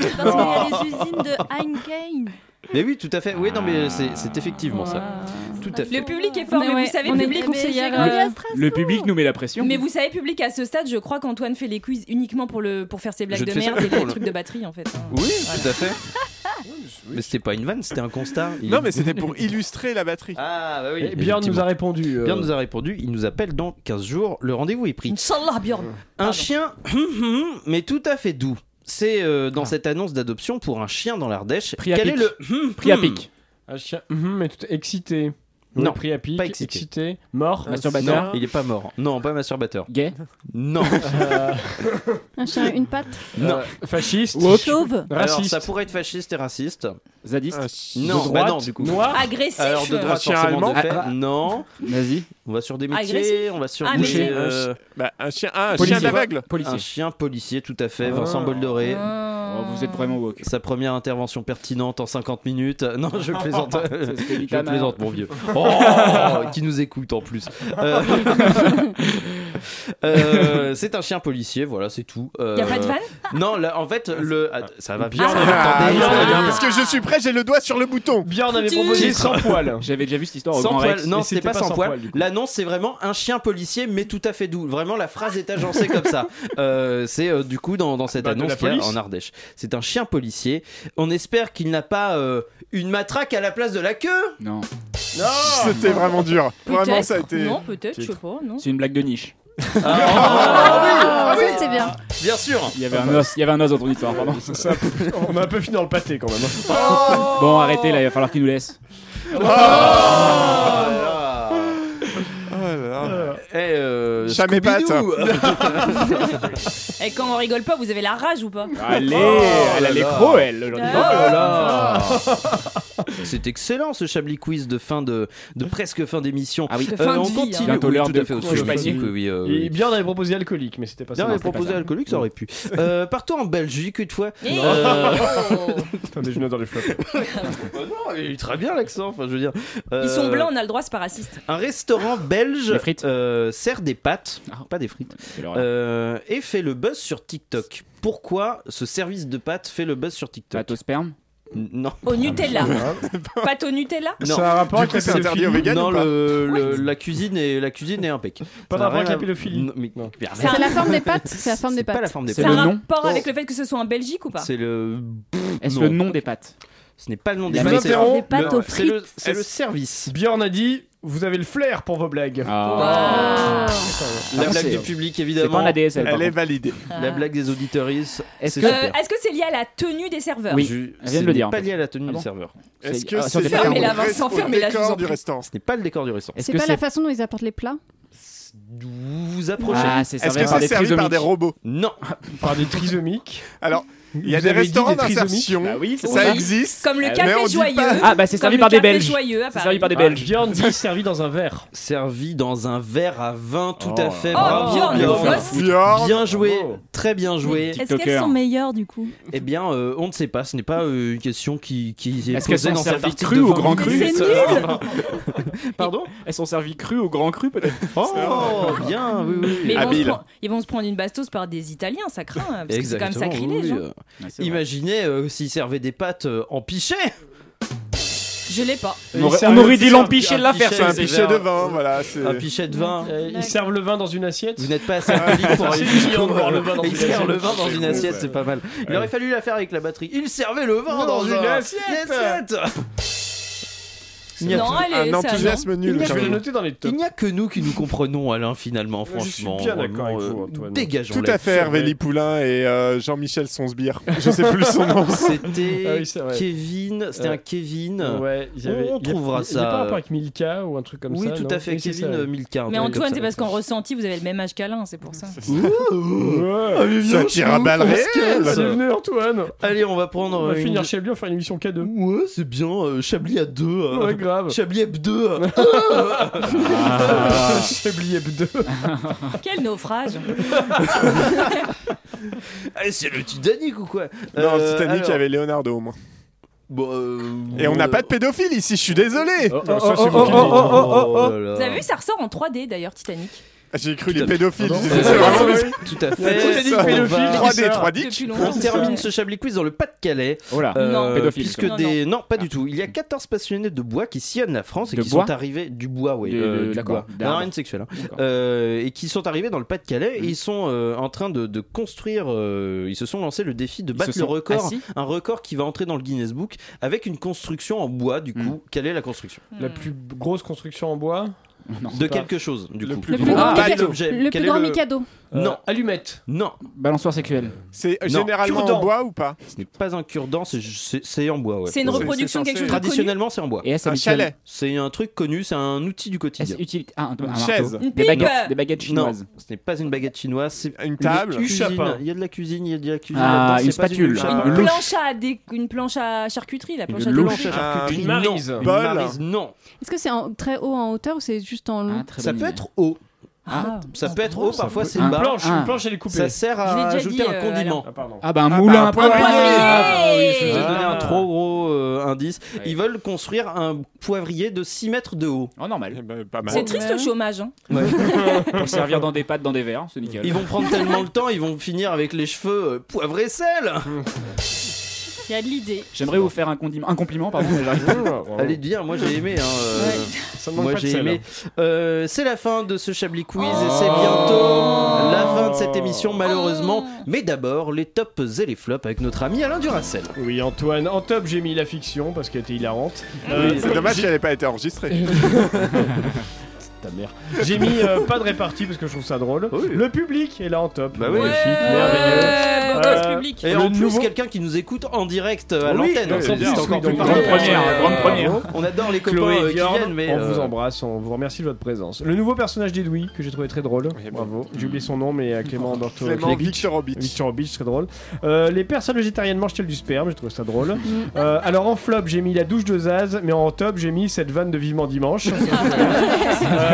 S: C'est parce qu'il y a les usines de Heineken.
D: Mais oui, tout à fait. Oui, non,
A: Ah.
D: mais c'est c'est effectivement ça. Tout à fait.
C: Le public est fort, mais,
E: Mais ouais,
C: vous savez,
E: on est
C: public,
E: conseillère,
C: mais-
E: euh,
A: Le public nous met la pression.
C: Mais vous savez, public, à ce stade, je crois qu'Antoine fait les quiz uniquement pour, le, pour faire ses blagues
D: Je te
C: de
D: fais ça
C: merde et
D: pour
C: les
D: le-
C: trucs de batterie, en fait.
D: Oui, tout à fait. Mais c'était pas une vanne, c'était un constat. Il-
B: Non, mais c'était pour illustrer la batterie.
D: Ah, bah oui.
A: Eh
F: Et Björn Eh nous a
D: effectivement.
F: répondu. euh,
D: Björn nous a répondu, il nous appelle dans 15 jours, le rendez-vous est pris.
C: Inch'Allah, Bjorn.
D: Un chien, hum, mais tout à fait doux. C'est euh, dans cette annonce d'adoption pour un chien dans l'Ardèche.
A: Pris à
D: Quel
A: pic.
D: est le hum,
A: Pris à pic.
F: Un chien, mhm, mais tout excité.
D: Non,
F: Oui, pris à pic,
D: pas excité.
F: mort.
A: Masturbateur.
D: Non, il est pas mort. Non, pas masturbateur.
A: Gay.
D: Non.
F: Euh,
E: Un chien, une patte.
D: non.
F: euh, fasciste.
C: Chauve.
D: Alors,
F: Raciste.
D: ça pourrait être fasciste et raciste.
A: Zadiste.
B: Un ch-
D: Non,
F: de
D: bah
F: droite,
D: non, du coup.
F: Noir.
C: Agressif.
D: Alors, de droite,
B: chien
D: forcément, de
A: allemand.
D: fait.
A: Ah, ah.
D: Non.
A: Vas-y.
D: On va sur des métiers,
C: Agressif.
D: on va sur
C: Ah,
D: des,
C: métier.
D: euh,
B: Bah, un chien, ah, un
A: Policier.
B: chien d'aveugle.
A: Policier.
D: un chien policier, tout à fait.
F: Ah.
D: Vincent Boldoré.
C: Ah. Euh,
A: Oh, vous êtes vraiment woke.
D: Sa première intervention pertinente en 50 minutes. Non, je plaisante.
A: C'est ce que dit
D: Je
A: ta mère.
D: plaisante, mon vieux. Oh, qui nous écoute en plus. Euh, euh, c'est un chien policier, voilà, c'est tout. Euh,
C: Il a pas de fan
D: Non, là, en fait, le... ah, ça va bien.
F: Björn avait-
B: Ah,
D: Attendez,
B: non,
D: ça va bien.
B: parce que je suis prêt, j'ai le doigt sur le bouton.
F: Björn avait
C: Tu-
F: proposé sans poil.
A: J'avais déjà vu cette histoire au
D: Sans
A: Grand
D: poil,
A: ah, Rex.
D: non,
F: mais
D: c'était pas, sans poil.
F: du coup.
D: L'annonce, c'est vraiment un chien policier, mais tout à fait doux. Vraiment, la phrase est agencée comme ça. Euh, c'est euh, du coup dans, dans cette
F: Bah, de
D: annonce
F: la
D: qu'il y a
F: police.
D: en Ardèche. C'est un chien policier. On espère qu'il n'a pas euh, une matraque à la place de la queue.
A: Non.
B: C'était vraiment dur. Vraiment, ça a
C: Peut-être.
B: été.
C: Non, peut-être, je sais pas, non.
A: C'est une blague de niche.
E: Ah, ça, c'était bien.
D: Bien sûr.
A: Il y avait un os, il y avait un os dans ton histoire, pardon.
F: On a un peu fini dans le pâté quand même. hein.
A: Bon, arrêtez là, il va falloir qu'il nous laisse.
B: Oh là là.
D: Eh, euh,
B: Jamais pas,
D: Scooby-Doo.
C: Et quand on rigole pas, vous avez la rage ou pas
A: Allez,
D: Oh
A: elle
D: là
A: a les
D: là.
A: crocs, elle. aujourd'hui.
D: Oh là là. C'est excellent ce Chablis Quiz de fin de, de presque fin d'émission. Euh,
A: Ah oui.
C: De fin
D: on
C: de vie,
D: continue.
C: hein.
A: Bientôt
D: Oui,
A: l'heure
D: tout
A: de
D: à fait, au
A: cours,
D: sujet
A: je passe.
D: musique, oui, oui, euh,
F: Et Björn avait proposé alcoolique, mais c'était pas ça.
D: Bien,
A: Non,
D: avait
A: c'était pas
D: proposé
A: ça.
D: alcoolique, hein, ça aurait pu. Euh, partons en Belgique une fois.
C: Eh
D: Euh,
F: Putain, des genoux dans les flops.
D: oh non, il est très bien l'accent, enfin je veux dire. Euh,
C: Ils sont blancs, on a le droit, c'est pas raciste.
D: Un restaurant belge
A: Des frites.
D: euh, sert des pâtes, Ah, pas des frites,
A: Quelle horreur.
D: euh, et fait le buzz sur TikTok. Pourquoi ce service de pâtes fait le buzz sur TikTok
A: Patosperme
D: N- Non.
A: Ah,
C: Au Nutella. Pâte au Nutella
D: Non.
F: Ça a un rapport
B: Du
F: avec
B: coup,
F: la
B: c'est interdit
F: pédophilie.
B: aux véganes
D: non,
B: ou pas
D: le- le- la cuisine est la cuisine est impec.
F: Pas de
D: Ça a
F: rapport avec
D: Ah, rien
F: la
D: à-
F: pédophilie.
D: Non, mais-
F: Non.
D: mais rien.
E: C'est la forme des pattes. C'est la forme des
D: C'est pas la
E: pattes.
D: forme des
A: C'est
C: Ça a
A: le
D: pattes.
C: un
A: nom. Oh.
C: rapport avec le fait que ce soit en Belgique ou pas
D: C'est le.
A: Est-ce
D: Non.
A: le nom des pattes
D: Ce n'est pas le nom
A: La
D: des
A: même
D: pâtes. c'est-
F: interrompt. Des
C: pâtes aux
D: le- C'est le,
C: frites.
D: c'est le service.
F: Björn a dit Vous avez le flair pour vos blagues.
A: Ah.
D: La
A: Ah,
D: blague
A: c'est-
D: du public,
A: C'est
D: évidemment.
A: pas un ADSL. par
B: Elle est
A: contre.
B: validée.
D: La blague des auditeuristes.
A: Est-ce
D: c'est
A: que- Ah
C: Euh,
D: super.
C: Est-ce que c'est lié à la tenue des serveurs
A: Oui.
D: Je-
A: elle vient de
D: ce
A: le
D: n'est
A: dire, en
D: Pas
A: fait.
D: lié à la tenue
A: Ah bon
D: du serveur.
B: Est-ce
A: C'est-
B: que
A: ah, sur des
B: c'est
A: pâtes.
B: lié
C: Fermez-la,
B: au reste-
C: Vincent,
B: au
C: fermez-la, je vous en
B: décor du
C: prie.
B: restaurant
D: Ce n'est pas le décor du restaurant.
A: Est-ce
E: C'est
A: que
E: pas la
A: c'est
E: façon dont ils apportent les plats.
D: Vous vous approchez.
A: Ah, c'est
B: Est-ce
A: servi
B: que
A: par
B: c'est
A: des
B: servi par
A: trisomiques.
B: des robots
D: Non.
F: Par des trisomiques.
B: Alors, il y a
F: Vous
B: des
F: avez dit
B: restaurants
F: trisomiques
B: d'insertion.
A: Bah oui, c'est
C: Oui.
A: ça.
B: Ça existe.
C: Comme le
B: Mais on
C: café
B: dit
C: joyeux.
B: pas-
A: Ah bah c'est
C: Comme
A: servi
C: le
A: par des
C: café
A: Belges.
C: joyeux à
A: C'est
C: Paris.
A: servi par des
F: Ah,
A: Belges.
F: Björn dit servi dans un verre.
D: Servi dans un verre à vin, tout
A: Oh
D: à
A: là
D: fait.
A: là.
D: Bravo,
C: Oh, Björn,
D: Björn.
C: le boss.
B: Bjorn.
D: Bien joué,
F: Bravo.
D: très bien joué.
A: Est-ce qu'elles TikToker. sont
S: meilleures du coup
D: Eh bien, euh, on ne sait pas. Ce n'est pas euh, une question qui, qui est,
A: Est-ce qu'elles
D: posée
A: sont
D: dans cette
A: servies
D: article
A: crues
D: de
A: ou
D: 20
A: grand
D: minutes.
A: cru
C: C'est
D: Pardon
A: Elles sont servies crues au grand cru peut-être
D: Oh, bien, oui, oui.
C: Mais ils vont, se
B: Habile.
C: prendre, ils vont se prendre une bastos par des Italiens, ça craint, hein, parce que c'est quand même
D: Exactement,
C: sacrilège.
D: oui,
C: hein.
D: oui. Imaginez euh, s'ils servaient des pâtes euh, en pichet.
C: Je l'ai pas.
A: On aurait, on aurait dit l'empiché
D: un
A: de l'affaire,
D: pichet,
B: C'est un
A: ça.
D: c'est
B: pichet
D: vers-
B: de vin, voilà. c'est-
D: Un pichet de vin.
F: Euh, Ils servent le vin dans une assiette.
D: Vous n'êtes pas assez alcoolique pour
F: Ça, c'est
D: aller
F: mignon de voir le vin dans une
D: Il sert
F: assiette.
D: le vin dans
B: C'est
D: une
B: beau,
D: assiette,
B: ouais.
D: c'est pas mal. Il aurait fallu la faire avec la batterie. Il servait le vin dans,
F: Dans une
D: un-
F: assiette.
D: une assiette. Il n'y a
C: Non,
D: que-
C: elle est-
B: un enthousiasme nul.
D: Il n'y a
B: quand
D: que-
B: même.
D: Il n'y a que nous qui nous comprenons, Alain, finalement,
B: Je suis
D: franchement.
B: bien d'accord
D: vraiment,
B: avec vous,
D: euh,
B: Antoine.
D: Dégageons
B: Tout à fait, Hervé Lipoulin et euh, Jean-Michel Sonsbier. Je sais plus son nom.
D: C'était
F: Ah oui, c'est vrai.
D: Kevin, c'était
F: Ouais.
D: un Kevin.
F: Ouais, il y avait-
D: on
F: il y a-
D: trouvera
F: il y a
D: ça.
F: pas un rapport avec Milka ou un truc comme
D: oui,
F: ça
D: tout
F: non
D: à fait,
F: Oui, c'est
D: Kevin
F: ça.
D: euh, Milka. un
C: Mais
D: truc comme
C: Antoine,
D: ça.
C: c'est parce qu'en ressenti, vous avez le même âge qu'Alain, c'est pour ça.
B: Ça tire à balles réelles.
F: Bienvenue Antoine
D: Allez, on va prendre.
F: On va
D: euh, une-
F: finir Chablis, on va faire une émission K2.
D: Ouais, c'est bien. euh, Chablis à 2.
F: Ouais, grave.
D: Chablis Hebdo 2.
F: Ah. Chablis Hebdo.
C: Quel naufrage
D: Eh, c'est le Titanic ou quoi
B: Non,
D: Euh,
B: Titanic, il y
D: alors-
B: avait Leonardo au moins.
D: Bon, euh,
B: Et on n'a pas de pédophile ici, je suis désolé.
D: oh, ça, c'est oh, vous oh, qui le oh, dites. oh, oh, oh, oh.
C: Vous avez vu, ça ressort en 3D d'ailleurs, Titanic.
B: J'ai cru les pédophiles.
D: Pardon
B: je disais, c'est vraiment-
D: Euh, Tout
B: Il
D: à
B: y a
D: fait.
B: Titanic
D: On
B: pédophile
D: va-
B: qui 3D, sort 3D.
C: Depuis longtemps,
D: On
C: c'est
D: termine
C: vrai.
D: ce Chablis Quiz dans le Pas-de-Calais.
A: Voilà.
D: Euh,
A: Ah, Pédophile,
D: puisque
A: justement.
D: des non, pas du tout. Il y a 14 passionnés de bois qui sillonnent la France et
A: De
D: qui
A: bois
D: sont arrivés du bois, oui, Euh,
A: De- de-
D: du
A: d'accord,
D: bois.
A: d'arbre.
D: Non, rien de sexuel. hein.
A: D'accord.
D: Euh, et qui sont arrivés dans le Pas-de-Calais. et Ils sont euh, en train de, de construire. euh, ils se sont lancés le défi de
A: Ils
D: battre
A: se
D: le
A: sont
D: record,
A: assis
D: un record qui va entrer dans le Guinness Book avec une construction en bois. Du coup, quelle est la construction
F: La plus grosse construction en bois
D: de quelque chose Du coup,
E: Le plus grand
D: Pas
E: Mikado.
D: l'objet.
E: Le
D: Quel
E: plus
D: est
E: grand Mikado.
D: Non,
F: Euh, allumette.
D: Non.
A: Balançoire sexuelle.
B: C'est
D: Non.
B: généralement en
D: Cure-dent.
B: bois ou pas
D: Ce n'est pas un cure-dent, c'est ju- c'est c'est en bois. ouais.
C: C'est une
D: Ouais.
C: reproduction de quelque chose de connu.
D: Traditionnellement, c'est en bois.
A: Et est-ce
B: Un
A: habituel
B: chalet.
D: C'est un truc connu, c'est un outil du quotidien.
A: Est-ce utile Ah, un, un marteau.
D: chaise.
C: Une
A: Des
C: pipe.
A: baguettes, des baguettes chinoises.
D: Non, ce n'est pas une baguette chinoise, c'est
B: Une table
D: une cuisine.
F: Chapin.
D: Il y a de la cuisine, il y a de la cuisine.
A: Ah,
D: là-dedans,
A: une
D: c'est pas du
A: spatule.
D: chapin.
A: Ah. Une
C: Une
A: louche.
C: planche à dé- une planche à charcuterie, la planche à
A: louche.
C: découper.
B: Un-
D: Une
F: Une
D: non,
F: marise.
D: une
B: Bol.
D: marise, non.
E: Est-ce que c'est en- très haut en hauteur ou c'est juste en long
A: Ah, très
D: Ça
A: bonne
D: peut
A: idée.
D: être haut,
A: Ah.
D: ça peut être haut, parfois c'est
A: Un
D: bas.
F: Planche,
A: Ah.
F: une planche, elle est coupée.
D: Bah, Ça sert
C: Je l'ai
D: à
C: déjà
D: ajouter
C: dit,
D: un
C: euh,
D: condiment.
F: Ah, pardon.
A: Ah bah un
B: Ah
A: moulin
B: bah,
A: à
B: un poêle
A: poivre.
B: à
C: poivrier.
D: Ah, oui,
C: Hey
D: je vous ai donné
F: Ah.
D: un trop gros euh, indice.
A: Ouais.
D: Ils veulent construire un poivrier de 6 mètres de haut.
A: Oh, normal.
B: Pas mal.
C: C'est triste le chômage. hein.
A: Pour servir dans des pâtes, dans des verres, c'est nickel.
D: Ils vont prendre tellement le temps, ils vont finir avec les cheveux euh, poivre et sel.
C: Il y a de l'idée.
A: J'aimerais vous faire un, condiment- un compliment, pardon, mais j'arrive pas.
D: Allez dire, moi j'ai aimé. hein, euh,
F: Ça Oh. me manque
D: Moi
F: pas de
D: j'ai
F: sel.
D: aimé. Euh, c'est la fin de ce Chablis Quiz et c'est bientôt la fin de cette émission malheureusement. Mais d'abord les tops et les flops avec notre ami Alain Duracel.
F: Oui, Antoine, en top, j'ai mis la fiction parce qu'elle était hilarante.
D: Ah
F: Euh,
B: Oui, C'est dommage qu'elle n'ait pas été enregistrée.
F: Ta mère. J'ai mis euh, pas de répartie parce que je trouve ça drôle.
D: Oui.
F: Le public est là en top.
D: Bah oui.
F: Magnifique,
C: Ouais,
F: merveilleux.
C: beau
F: Euh,
C: gosse public.
D: Et
F: Le
D: en plus
F: nouveau-
D: quelqu'un qui nous écoute en direct euh, à
F: Oui,
D: l'antenne.
F: donc,
D: C'est
F: en plus,
D: encore
F: oui,
D: plus
F: donc,
D: marrant.
A: grande première, grande première.
D: On adore les copains
F: Chloé
D: euh, qui
F: Bjorn,
D: viennent mais
F: on
D: euh,
F: vous embrasse, on vous remercie de votre présence. Le nouveau personnage d'Edoui que j'ai trouvé très drôle. Bravo. J'ai oublié son nom mais euh, Clément Borto.
B: Clément Victor Hobbit.
F: Victor Beach, très drôle. Euh, les personnes végétariennes mangent-elles du sperme Je trouve ça drôle. Euh, alors en flop, j'ai mis la douche de Zaz, mais en top, j'ai mis cette vanne de Vivement Dimanche. Euh,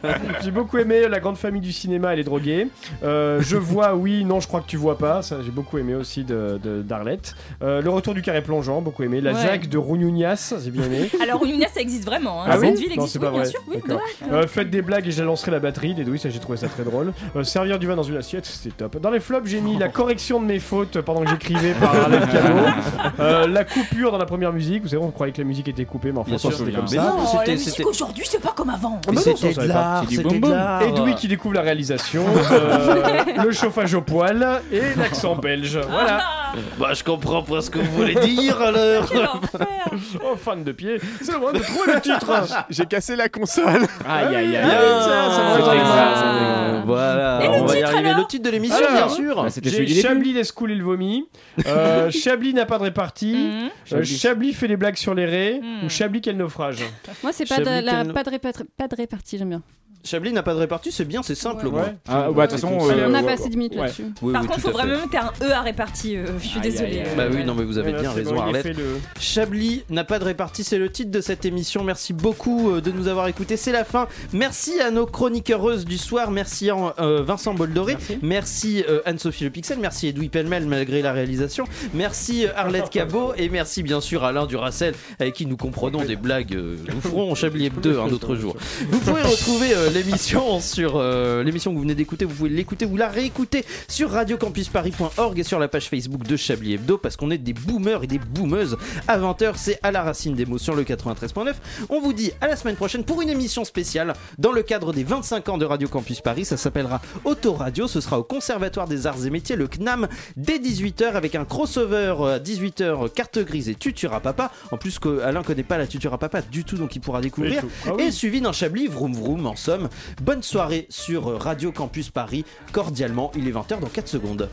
F: j'ai beaucoup aimé La Grande Famille du Cinéma et les drogués. Euh, je vois, oui, non, je crois que tu vois pas. Ça, j'ai beaucoup aimé aussi de, de- d'Arlette. Euh, le Retour du Carré Plongeant, beaucoup aimé. La
C: Ouais.
F: Zac de Rougnounas, j'ai bien aimé.
C: Alors Ounia, ça existe vraiment. hein.
F: Ah
C: Cette
F: oui
C: ville
F: Non,
C: existe,
F: c'est
C: oui,
F: pas
C: bien
F: vrai.
C: sûr. Oui,
F: D'accord.
C: ouais.
F: Euh, faites des blagues et je lancerai la batterie. Des douilles, ça j'ai trouvé ça très drôle. Euh, servir du vin dans une assiette, c'est top. Dans les flops, j'ai mis la correction de mes fautes pendant que j'écrivais par Arlette Cabot. Euh, la coupure dans la première musique. Vous savez, on croyait que la musique était coupée, mais en
D: Bien
F: fait,
D: sûr,
F: c'était
D: bien
F: comme
D: sûr.
F: ça.
D: Mais non,
C: Oh, la
D: c'était-
C: musique
D: c'était-
C: aujourd'hui, c'est pas comme avant.
F: Mais non, ça, on
D: C'était de
F: savait pas.
D: l'art,
A: C'est du
D: c'était de
A: bonbon.
D: l'art.
F: Edoui qui découvre la réalisation, euh, le chauffage au poil et l'accent belge. Voilà.
D: Bah je comprends pas ce que vous voulez dire alors.
C: Quel enfer.
F: Oh, fan de pied, c'est le moment de trouver le titre.
B: J'ai cassé la console.
A: Aïe, aïe,
C: Ah
D: Bien,
A: aïe.
D: c'était
A: C'était ça.
D: ça, c'était- Voilà,
C: Et le
D: on va y
C: titre,
D: arriver.
C: alors
D: Le titre de l'émission,
F: Alors
D: bien sûr.
A: Bah, C'était
F: J'ai
A: celui du début.
F: Chablis laisse couler le vomi. euh, Chablis n'a pas de répartie.
C: Mhm.
F: euh,
A: Chablis.
F: Chablis fait des blagues sur les raies.
C: Mhm.
F: Ou Chablis quel naufrage.
E: Moi, c'est pas de,
D: Chablis
E: la,
D: Kenno.
E: pas de, répatri- pas de répartie, j'aime bien.
D: Chablis n'a pas de répartie, c'est bien, c'est simple. au
F: Ouais.
D: moins.
F: Ouais.
A: Ah, bah, de toute façon,
E: on a
A: euh,
E: passé 10 minutes
F: ouais.
E: là-dessus.
D: Oui,
C: Par
D: oui,
C: contre, faut
D: tout à fait.
C: vraiment mettre un E à répartie. euh, je suis
A: Aïe,
C: désolée.
A: aïe, aïe.
C: euh,
D: Bah oui, non, mais vous avez
F: Voilà,
D: bien
F: c'est
D: raison,
F: bon, il a
D: Arlette.
F: fait le-
D: Chablis n'a pas de répartie, c'est le titre de cette émission. Merci beaucoup euh, de nous avoir écoutés, c'est la fin. Merci à nos chroniqueuses du soir, merci à euh, Vincent Boldoré, merci, euh, Anne-Sophie Le Pixel, merci Edoui Pellemel malgré la réalisation, merci euh, Arlette Cabot et merci bien sûr Alain Duracel avec qui nous comprenons des blagues. euh, nous ferons Chablis 2 un autre jour. Vous pouvez retrouver euh, euh, l'émission sur euh, l'émission que vous venez d'écouter, vous pouvez l'écouter ou la réécouter sur radiocampusparis.org et sur la page Facebook de Chablis Hebdo parce qu'on est des boomers et des boomeuses. À 20h, c'est à la racine des mots sur le 93.9. On vous dit à la semaine prochaine pour une émission spéciale dans le cadre des 25 ans de Radio Campus Paris. Ça s'appellera Autoradio. Ce sera au Conservatoire des Arts et Métiers, le CNAM, dès 18h avec un crossover euh, à 18h carte grise et tutura papa. En plus, que Alain connaît pas la tutura papa du tout, donc il pourra découvrir.
F: tout. Ah oui.
D: Et suivi d'un Chablis vroom vroom en somme. Bonne soirée sur Radio Campus Paris. Cordialement, il est 20h dans 4 secondes.